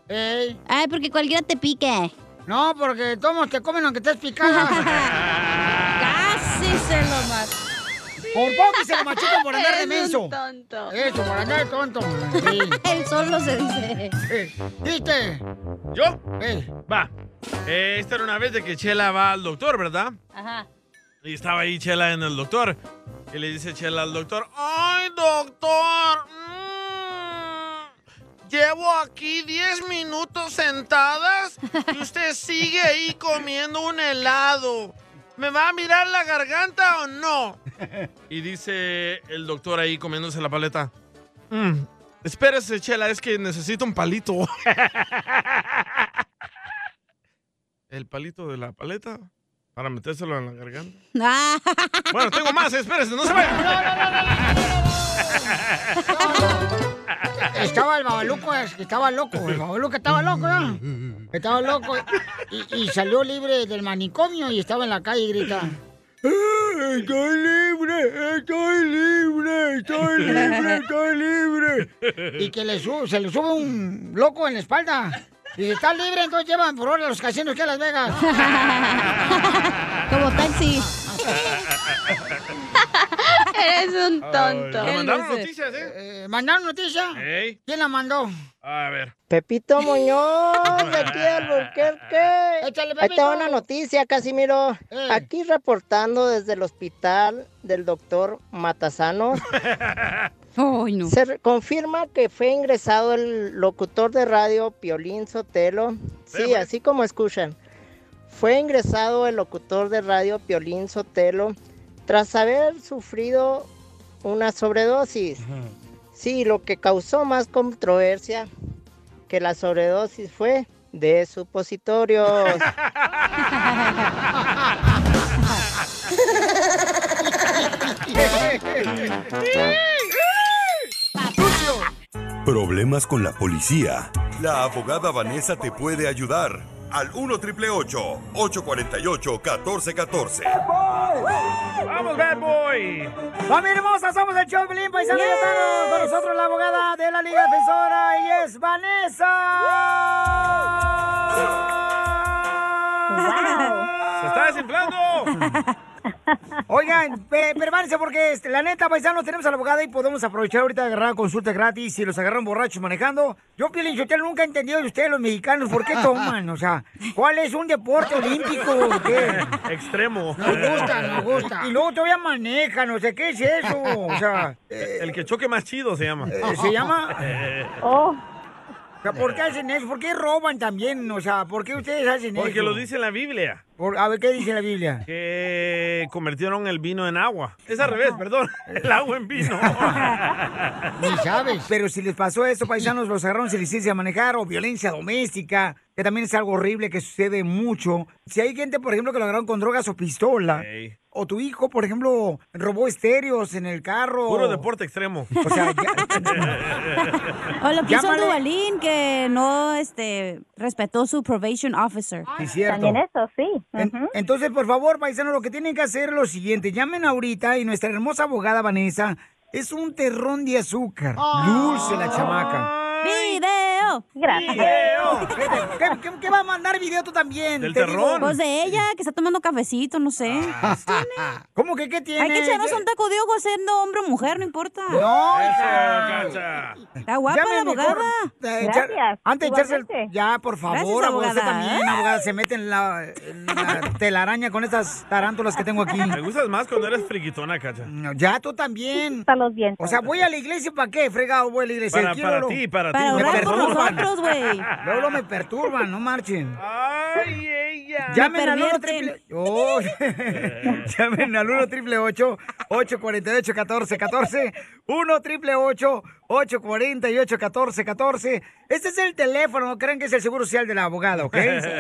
Speaker 1: Ey.
Speaker 2: Ay, porque cualquiera te pique.
Speaker 1: No, porque todos te comen aunque estés picada.
Speaker 2: Casi se lo mató.
Speaker 1: Por poco y se lo machucan por andar de
Speaker 2: Eres
Speaker 1: menso.
Speaker 2: un tonto.
Speaker 1: Eso, por andar de tonto.
Speaker 2: El solo se dice.
Speaker 1: ¿Viste?
Speaker 3: ¿Yo? Va. Eh, esta era una vez de que Chela va al doctor, ¿verdad?
Speaker 2: Ajá.
Speaker 3: Y estaba ahí Chela en el doctor. Y le dice Chela al doctor, ¡Ay, doctor! mm, llevo aquí 10 minutos sentadas y usted sigue ahí comiendo un helado. ¿Me va a mirar la garganta o no? Y dice el doctor ahí comiéndose la paleta. "Mm, espérese, Chela, es que necesito un palito. ¿El palito de la paleta? Para metérselo en la garganta. Bueno, tengo más, espérese, no se vaya.
Speaker 1: Estaba el babaluco, es que estaba loco. El babaluco estaba loco, ¿no? Estaba loco. Y, y salió libre del manicomio y estaba en la calle y grita. "Eh, ¡Estoy libre! ¡Estoy libre! ¡Estoy libre! ¡Estoy libre! Y que le su- se le sube un loco en la espalda. Y dice, está libre, entonces llevan por hora a los casinos que a Las Vegas. Como taxi.
Speaker 17: Eres un tonto.
Speaker 3: Nos mandaron noticias, ¿eh?
Speaker 1: ¿Mandaron noticia?
Speaker 3: Ey.
Speaker 1: ¿Quién la mandó?
Speaker 3: A ver.
Speaker 18: Pepito Muñoz, de aquí al Burquerque. Ahí
Speaker 1: Pepito.
Speaker 18: está una noticia, Casimiro. Aquí reportando desde el hospital del doctor Matasano. Se re- confirma que fue ingresado el locutor de radio Piolín Sotelo. Sí, así como escuchan. Fue ingresado el locutor de radio Piolín Sotelo tras haber sufrido una sobredosis. Sí, lo que causó más controversia que la sobredosis fue de supositorios.
Speaker 5: Problemas con la policía. La abogada Vanessa te puede ayudar. Al 1 triple 848 1414.
Speaker 1: ¡Vamos, Bad Boy! ¡Familia hermosa! Somos el show Pelín, paisanos ya estamos Con nosotros la abogada de la Liga Defensora, ella es Vanessa.
Speaker 3: ¡Se está desinflando!
Speaker 1: Oigan, pe- permanece porque este, la neta, paisanos, tenemos a la abogada y podemos aprovechar ahorita de agarrar consulta gratis si los agarran borrachos manejando. Yo, Piolín, yo nunca he entendido de ustedes, los mexicanos, ¿por qué toman? O sea, ¿cuál es un deporte olímpico? o ¿Qué?
Speaker 3: Extremo.
Speaker 1: Nos gusta, nos gusta. Y luego todavía manejan, o sea, ¿qué es eso? O sea,
Speaker 3: El que choque más chido se llama.
Speaker 1: Eh, ¿se llama?
Speaker 3: Eh,
Speaker 1: oh. O sea, ¿por qué hacen eso? ¿Por qué roban también? O sea, ¿por qué ustedes hacen eso?
Speaker 3: Porque lo dice la Biblia.
Speaker 1: Por- a ver, ¿qué dice la Biblia?
Speaker 3: Que convirtieron el vino en agua. Es al revés, perdón. El agua en vino.
Speaker 1: Ni sabes. Pero si les pasó eso, paisanos, los agarraron sin licencia a manejar o violencia doméstica, que también es algo horrible que sucede mucho. Si hay gente, por ejemplo, que lo agarraron con drogas o pistola, o tu hijo, por ejemplo, robó estéreos en el carro.
Speaker 3: Puro deporte extremo.
Speaker 1: O sea,
Speaker 4: O lo que hizo
Speaker 1: Llámale.
Speaker 4: Duvalín, que no este, respetó su probation officer.
Speaker 1: Sí, cierto. También eso, sí. En- entonces, por favor, paisanos, lo que tienen que hacer es lo siguiente. Llamen ahorita y nuestra hermosa abogada Vanessa es un terrón de azúcar. Dulce la chamaca.
Speaker 4: ¡Video!
Speaker 1: Gracias. Video. ¿Qué, qué, qué va a mandar video tú también?
Speaker 4: Del
Speaker 1: Te digo. Ah.
Speaker 4: Pues de ella, que está tomando cafecito, no sé. Pues
Speaker 1: ¿Cómo que qué tiene?
Speaker 4: Hay que echarnos un taco de ojo siendo hombre o mujer, no importa.
Speaker 1: No,
Speaker 4: Está guapa la abogada. Gracias,
Speaker 1: eh, antes de echarse el- Ya, por favor,
Speaker 4: Gracias,
Speaker 1: abogada. Usted
Speaker 4: abogada,
Speaker 1: también,
Speaker 4: ¿eh?
Speaker 1: abogada, se mete en la, en la telaraña con estas tarántulas que tengo aquí.
Speaker 3: Me gustas más cuando eres friquitona, Cacha.
Speaker 1: Ya, tú también. O sea, voy a la iglesia, ¿para qué? Fregado, voy a la iglesia.
Speaker 3: Para-
Speaker 1: Quiero
Speaker 3: para
Speaker 1: lo-
Speaker 3: ti, para Para ti. orar por nosotros, güey.
Speaker 1: Luego lo me perturban, no marchen.
Speaker 3: Ay, ella.
Speaker 1: Llamen al 1 triple... Oh, Llamen al 1 triple 848 1414 1 triple 848 1414 Este es el teléfono, no crean que es el seguro social de la abogada, ¿ok?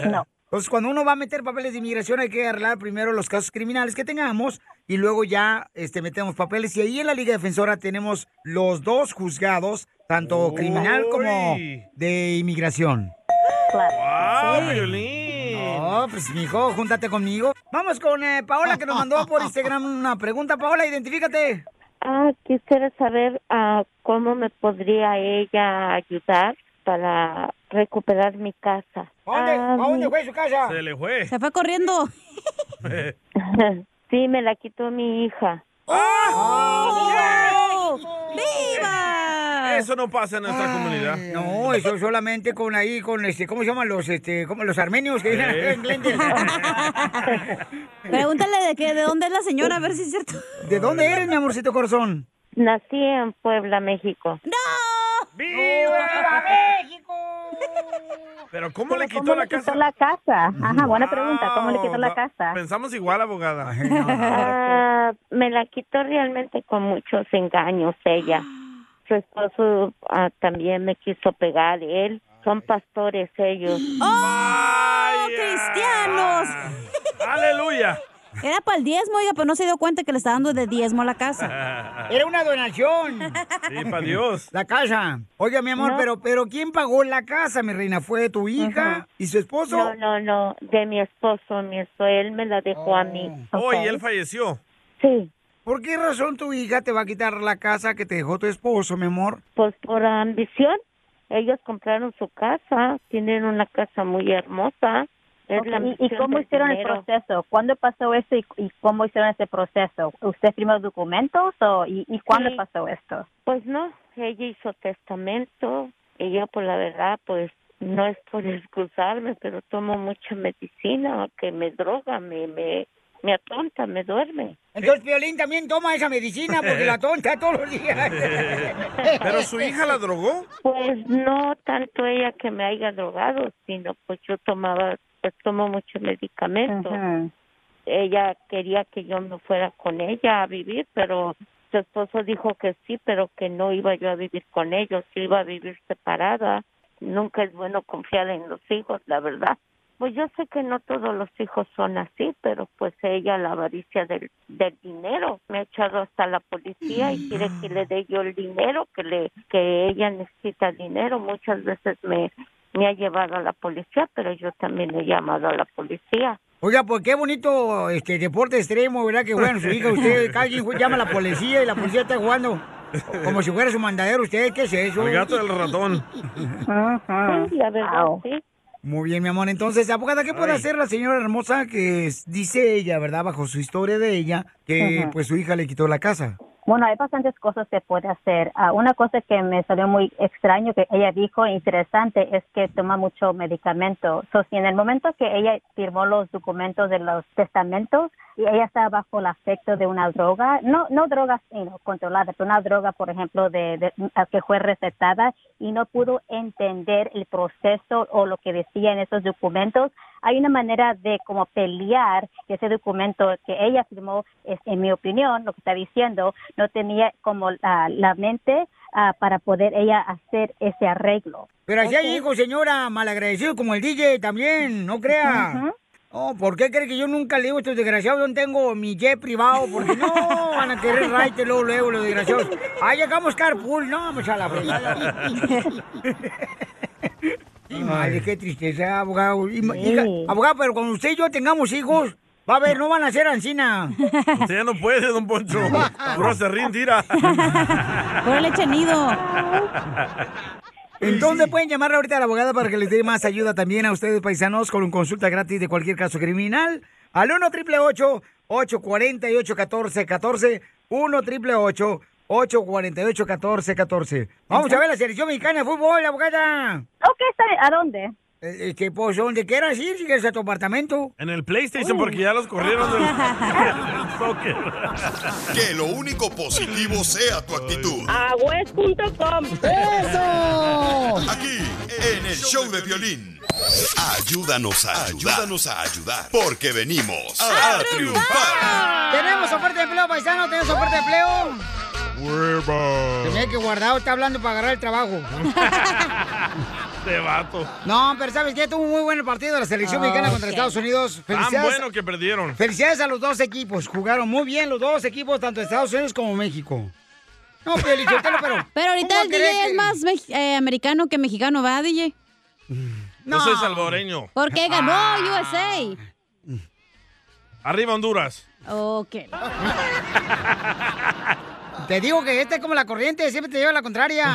Speaker 17: No.
Speaker 1: Entonces, cuando uno va a meter papeles de inmigración, hay que arreglar primero los casos criminales que tengamos y luego ya este, metemos papeles. Y ahí en la Liga Defensora tenemos los dos juzgados, tanto criminal como de inmigración.
Speaker 3: ¡Wow,
Speaker 1: Sí.
Speaker 3: violín!
Speaker 1: No, pues mijo, júntate conmigo. Vamos con eh, Paola que nos mandó por Instagram una pregunta. Paola, identifícate.
Speaker 19: Ah, quisiera saber ah, cómo me podría ella ayudar para recuperar mi casa. Ah, mi-
Speaker 1: fue su casa?
Speaker 3: Se le fue.
Speaker 4: Se fue corriendo.
Speaker 19: sí, me la quitó mi hija.
Speaker 4: Ah.
Speaker 1: ¡Viva!
Speaker 3: Eso no pasa en nuestra comunidad.
Speaker 1: No, eso solamente con ahí, con este, ¿cómo se llaman los, este, como los armenios que viven
Speaker 3: Eh.
Speaker 1: acá en Glendale?
Speaker 4: Pregúntale de, que, de dónde es la señora, a ver si es cierto.
Speaker 1: ¿De dónde eres, mi amorcito corazón?
Speaker 19: Nací en Puebla, México.
Speaker 3: ¡Viva
Speaker 1: México!
Speaker 3: Pero ¿cómo le quitó
Speaker 19: ¿Cómo
Speaker 3: la
Speaker 19: le
Speaker 3: casa?
Speaker 19: quitó la casa? Ajá, buena pregunta. ¿Cómo le quitó la
Speaker 3: Wow.
Speaker 19: casa?
Speaker 3: Pensamos igual, abogada.
Speaker 19: Ah, me la quitó realmente con muchos engaños ella. Su esposo ah, también me quiso pegar. Él son pastores ellos.
Speaker 4: ¡Oh, cristianos!
Speaker 3: eh. ¡Aleluya!
Speaker 4: Era para el diezmo, oiga, pero no se dio cuenta que le está dando de diezmo a la casa.
Speaker 1: Era una donación.
Speaker 3: Sí, para Dios.
Speaker 1: La casa. Oiga, mi amor,
Speaker 19: No.
Speaker 1: pero, pero ¿quién pagó la casa, mi reina? ¿Fue tu hija
Speaker 19: Ujú.
Speaker 1: y su esposo?
Speaker 19: No, no, no, de mi esposo, mi esposo, él me la dejó a mí.
Speaker 3: Oh, y
Speaker 19: ¿ok?
Speaker 3: él falleció.
Speaker 19: Sí,
Speaker 1: ¿Por qué razón tu hija te va a quitar la casa que te dejó tu esposo, mi amor?
Speaker 19: pues por ambición, ellos compraron su casa, tienen una casa muy hermosa, Es la
Speaker 17: Ok, ¿Y, y
Speaker 19: misión
Speaker 17: cómo
Speaker 19: del
Speaker 17: hicieron el
Speaker 19: dinero.
Speaker 17: proceso? ¿Cuándo pasó eso y, y cómo hicieron ese proceso? ¿Usted firmó documentos o, y, y cuándo
Speaker 19: Sí.
Speaker 17: pasó esto?
Speaker 19: Pues no, ella hizo testamento y yo por la verdad pues no es por excusarme, pero tomo mucha medicina que me droga, me, me, me atonta, me duerme.
Speaker 1: Entonces Piolín también toma esa medicina porque la tonta todos los días.
Speaker 19: ¿Pero su hija la
Speaker 3: drogó?
Speaker 19: Pues no tanto ella que me haya drogado, sino pues yo tomaba, pues tomo mucho medicamento. Ella quería que yo me fuera con ella a vivir, pero su esposo dijo que sí, pero que no iba yo a vivir con ellos, que iba a vivir separada. Nunca es bueno confiar en los hijos, la verdad. Pues yo sé que no todos los hijos son así, pero pues ella, la avaricia del, del dinero, me ha echado hasta la policía y quiere que le dé yo el dinero, que le que ella necesita dinero. Muchas veces me, me ha llevado a la policía, pero yo también he llamado a la policía.
Speaker 1: Oiga, pues qué bonito este deporte extremo, ¿verdad? Que juegan su hija, usted, cada quien jue- llama a la policía y la policía está jugando como si fuera su mandadero. ¿Usted qué es eso?
Speaker 3: El gato del ratón.
Speaker 19: Sí, la verdad, sí.
Speaker 1: Muy bien, mi amor. Entonces, abogada, ¿qué puede
Speaker 19: Ay.
Speaker 1: hacer la señora hermosa que es- dice ella, verdad, bajo su historia de ella, que
Speaker 17: Ujú.
Speaker 1: pues su hija le quitó la casa?
Speaker 17: Bueno, hay bastantes cosas que puede hacer. Ah, una cosa que me salió muy extraño que ella dijo, interesante, es que toma mucho medicamento. So, si en el momento que ella firmó los documentos de los testamentos y ella estaba bajo el afecto de una droga, no no drogas you know, controladas, pero una droga, por ejemplo, de, de- a que fue recetada y no pudo entender el proceso o lo que decía en esos documentos, hay una manera de como pelear que ese documento que ella firmó, es, en mi opinión, lo que está diciendo, no tenía como ah, la mente ah, para poder ella hacer ese arreglo.
Speaker 1: Pero así hay
Speaker 17: Ok.
Speaker 1: hijos, señora, malagradecido como el DJ también, no crea. Oh, ¿por qué cree que yo nunca le digo a estos desgraciados dónde tengo mi jet privado? Porque no van a querer raite luego, luego, los desgraciados. Ah, llegamos carpool, no, pues a la fregada. Y madre, qué tristeza, abogado. Y ma-
Speaker 17: Sí.
Speaker 1: hija, abogado, pero cuando usted y yo tengamos hijos, va a ver, no van a ser ancina.
Speaker 3: Usted ya no puede, don Poncho. Puro serrín, tira.
Speaker 1: Por el echanido. Entonces pueden llamarle ahorita a la abogada para que les dé más ayuda también a ustedes, paisanos, con consulta gratis de cualquier caso criminal. Al 1 888 848 1414 1 888 848 1414 Vamos a ver la selección mexicana de fútbol, abogada.
Speaker 17: Ok, está bien. ¿A dónde?
Speaker 1: Este, pues donde quieras ir, si quieres a tu apartamento. Oh.
Speaker 3: En el PlayStation, porque ya los corrieron del, del soccer.
Speaker 5: Que lo único positivo sea tu actitud.
Speaker 17: Agüez.com.
Speaker 5: ¡Eso! Aquí, en el show de violín. Ayúdanos a ayudar. Ayúdanos a ayudar. Porque venimos a, triunfar.
Speaker 1: Tenemos oferta de empleo, paisano, tenemos oferta de empleo. Tenía que guardado, está hablando para agarrar el trabajo.
Speaker 3: Este vato.
Speaker 1: No, pero ¿sabes qué? Tuvo un muy buen partido la selección
Speaker 3: Ah,
Speaker 1: mexicana contra
Speaker 3: ok.
Speaker 1: Estados Unidos.
Speaker 3: Tan
Speaker 1: Felicidades,
Speaker 3: bueno que perdieron.
Speaker 1: felicidades a los dos equipos. Jugaron muy bien los dos equipos, tanto Estados Unidos como México. No, Piolichotelo, pero...
Speaker 4: Pero ahorita
Speaker 1: ¿cómo
Speaker 4: el
Speaker 1: cree
Speaker 4: DJ es
Speaker 1: que-
Speaker 4: más mex- eh, americano que mexicano, ¿va, DJ?
Speaker 3: No. soy salvadoreño. Ah.
Speaker 4: Porque ganó
Speaker 1: Ah.
Speaker 4: USA.
Speaker 3: Arriba Honduras.
Speaker 4: Ok.
Speaker 1: Te digo que este es como la corriente, siempre te lleva la contraria.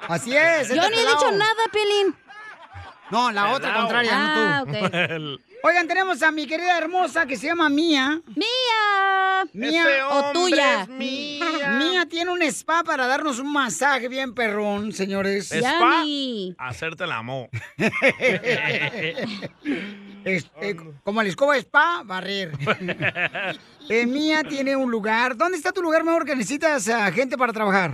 Speaker 1: Así es.
Speaker 4: Yo ni he dicho nada,
Speaker 1: Pelín. No, la otra contraria, no tú. Oigan, tenemos a mi querida hermosa que se llama Mía. Mía. Mía
Speaker 4: Ese
Speaker 1: o
Speaker 4: hombre
Speaker 1: tuya.
Speaker 4: es
Speaker 1: mía. tiene un spa para darnos un masaje bien perrón, señores.
Speaker 3: Spa, hacerte el amor.
Speaker 1: Es- eh, como el escoba spa, barrer. Eh, Mía tiene un lugar. ¿Dónde está tu lugar mejor que necesitas a gente para trabajar?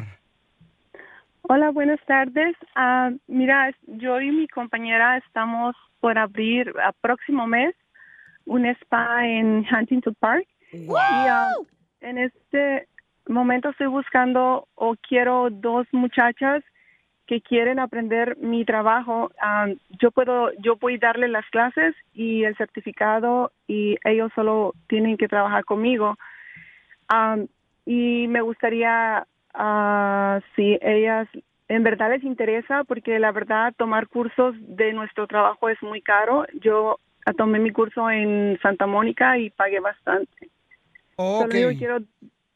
Speaker 20: Hola, buenas tardes. Ah, mira, es- yo y mi compañera estamos por abrir a próximo mes un spa en Huntington Park. Y ah, en este momento estoy buscando o quiero dos muchachas que quieren aprender mi trabajo. Ah, yo puedo, yo voy a darle las clases y el certificado y ellos solo tienen que trabajar conmigo. Am, y me gustaría ah, si ellas en verdad les interesa, porque la verdad tomar cursos de nuestro trabajo es muy caro. Yo ah, tomé mi curso en Santa Mónica y pagué bastante.
Speaker 1: Ok.
Speaker 20: Solo yo quiero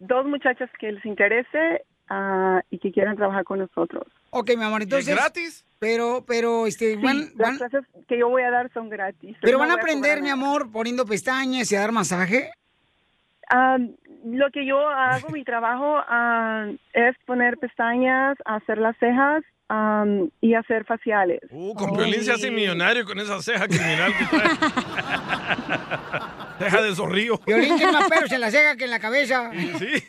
Speaker 20: dos muchachas que les interese ah, y que quieran trabajar con nosotros.
Speaker 1: Ok, mi amor, entonces...
Speaker 3: gratis?
Speaker 1: Pero, pero, este,
Speaker 29: Sí,
Speaker 1: van,
Speaker 29: las
Speaker 1: van-
Speaker 29: clases que yo voy a dar son gratis.
Speaker 1: pero
Speaker 29: No
Speaker 1: van a
Speaker 29: voy cobrar
Speaker 1: aprender, mi
Speaker 29: nada.
Speaker 1: amor, poniendo pestañas y a dar masaje.
Speaker 29: Ah, lo que yo hago, mi trabajo, ah, es poner pestañas, hacer las cejas ah, y hacer faciales.
Speaker 3: Uh,
Speaker 1: Oh.
Speaker 3: Con Piolín se hace millonario con esa ceja criminal que trae. ceja de zorrillo.
Speaker 1: Violín tiene más pelos en la ceja que en la cabeza.
Speaker 3: Sí.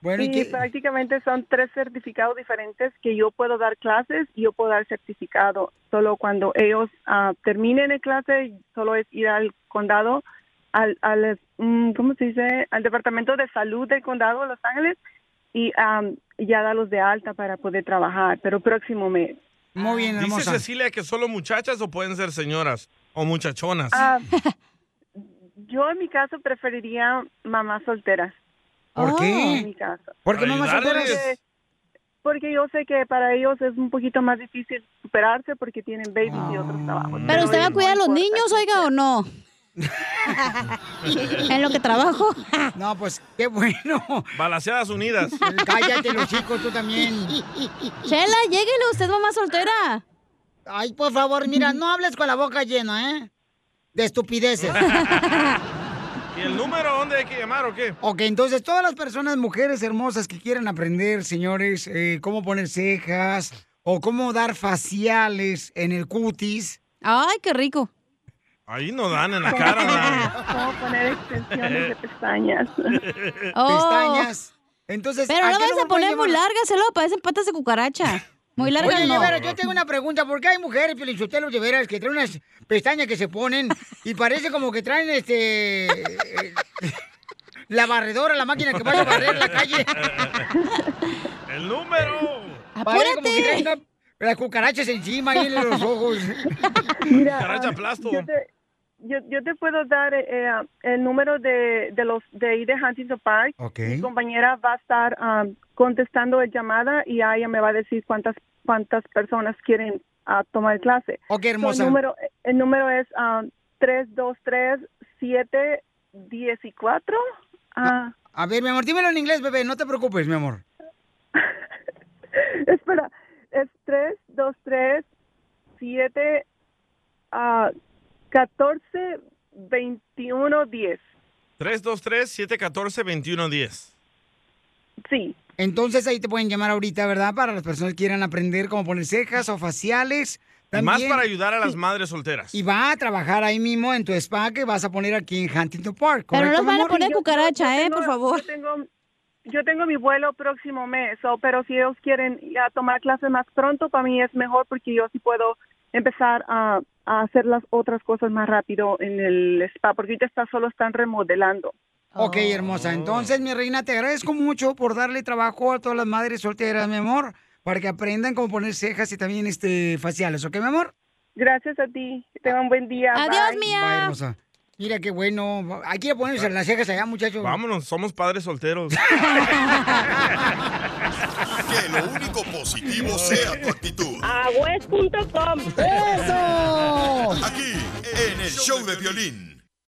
Speaker 1: Bueno, ¿y
Speaker 29: Sí,
Speaker 1: qué-
Speaker 29: prácticamente son tres certificados diferentes que yo puedo dar clases y yo puedo dar certificado. Solo cuando ellos ah, terminen el clase, solo es ir al condado, al, al mm, ¿cómo se dice? Al departamento de salud del condado de Los Ángeles y am, ya darlos de alta para poder trabajar. Pero próximo mes.
Speaker 1: Muy bien,
Speaker 3: Dice Cecilia que solo muchachas o pueden ser señoras o muchachonas.
Speaker 29: Ah, yo en mi caso preferiría mamás solteras.
Speaker 3: ¿Por qué?
Speaker 29: En mi caso.
Speaker 3: ¿Por qué Para mamás ayudarles. solteras?
Speaker 29: Porque yo sé que para ellos es un poquito más difícil superarse porque tienen babies y otros trabajos.
Speaker 4: ¿Pero usted va a cuidar a los niños, oiga, o no? en lo que trabajo.
Speaker 1: No, pues qué bueno. Pues,
Speaker 3: Balaseadas unidas.
Speaker 1: Cállate, los chicos, tú también.
Speaker 4: Chela, lléguele, usted es mamá soltera.
Speaker 1: Ay, por favor, mira, no hables con la boca llena, ¿eh? De estupideces.
Speaker 3: ¿Y el número dónde hay que llamar o qué?
Speaker 1: Ok, entonces todas las personas, mujeres hermosas que quieran aprender, señores, eh, cómo poner cejas o cómo dar faciales en el cutis.
Speaker 4: Ay, qué rico.
Speaker 3: Ahí no dan en la cara.
Speaker 29: ¿Cómo poner extensiones de pestañas?
Speaker 1: Pestañas. Entonces,
Speaker 4: Pero
Speaker 1: ¿a
Speaker 4: no
Speaker 1: qué
Speaker 4: vas a
Speaker 1: número pueden
Speaker 4: poner muy
Speaker 1: llamar?
Speaker 4: larga, se lo parecen patas de cucaracha. Muy larga
Speaker 1: Oye,
Speaker 4: no.
Speaker 1: Rivera, yo tengo una pregunta. ¿Por qué hay mujeres, Pielichotelo, de veras, que traen unas pestañas que se ponen y parece como que traen, este... eh, la barredora, la máquina que va a barrer la calle?
Speaker 3: ¡El número!
Speaker 1: Parece como que traen una- las cucarachas encima ahí en los ojos.
Speaker 29: Mira,
Speaker 3: Cucaracha
Speaker 29: ah,
Speaker 3: aplasto.
Speaker 29: Yo te, yo, yo te puedo dar eh, eh, el número de, de los de ahí de Huntington Park.
Speaker 1: Ok.
Speaker 29: Mi compañera va a estar ah, contestando la llamada y a ella me va a decir cuántas cuántas personas quieren ah, tomar clase.
Speaker 1: Ok,
Speaker 29: El
Speaker 1: hermosa.
Speaker 29: número, el número es ah, 323-714. Ah,
Speaker 1: A ver, mi amor, dímelo en inglés, bebé, no te preocupes, mi amor.
Speaker 29: espera, es 323-714. ah, 14 21 10.
Speaker 3: 323-714-2110.
Speaker 29: Sí.
Speaker 1: Entonces ahí te pueden llamar ahorita, ¿verdad? Para las personas que quieran aprender cómo poner cejas o faciales.
Speaker 3: Y Más
Speaker 1: también.
Speaker 3: para ayudar a las madres solteras.
Speaker 1: Y va a trabajar ahí mismo en tu spa que vas a poner aquí en Huntington Park.
Speaker 29: Pero no
Speaker 1: ¿correcto,
Speaker 29: nos van a
Speaker 1: amor?
Speaker 29: poner Yo- yo- cucaracha, yo ¿eh? Por tengo- favor. yo tengo- Yo tengo mi vuelo próximo mes, so, pero si ellos quieren ir a tomar clases más pronto, para mí es mejor porque yo sí puedo empezar a, a hacer las otras cosas más rápido en el spa, porque ahorita está, solo están remodelando.
Speaker 1: Ok,
Speaker 29: Oh.
Speaker 1: hermosa. Entonces, mi reina, te agradezco mucho por darle trabajo a todas las madres solteras, mi amor, para que aprendan cómo poner cejas y también este faciales, ¿ok, mi amor?
Speaker 29: Gracias a ti. Que tengan buen día.
Speaker 1: Adiós,
Speaker 29: Bye.
Speaker 1: mía. Bye, hermosa. Mira qué bueno. Hay que ir a ponerse las cejas allá, muchachos.
Speaker 3: Vámonos, somos padres solteros.
Speaker 5: Que lo único positivo sea tu actitud. Agüez.com.
Speaker 1: ¡Eso!
Speaker 5: Aquí, en el show de violín.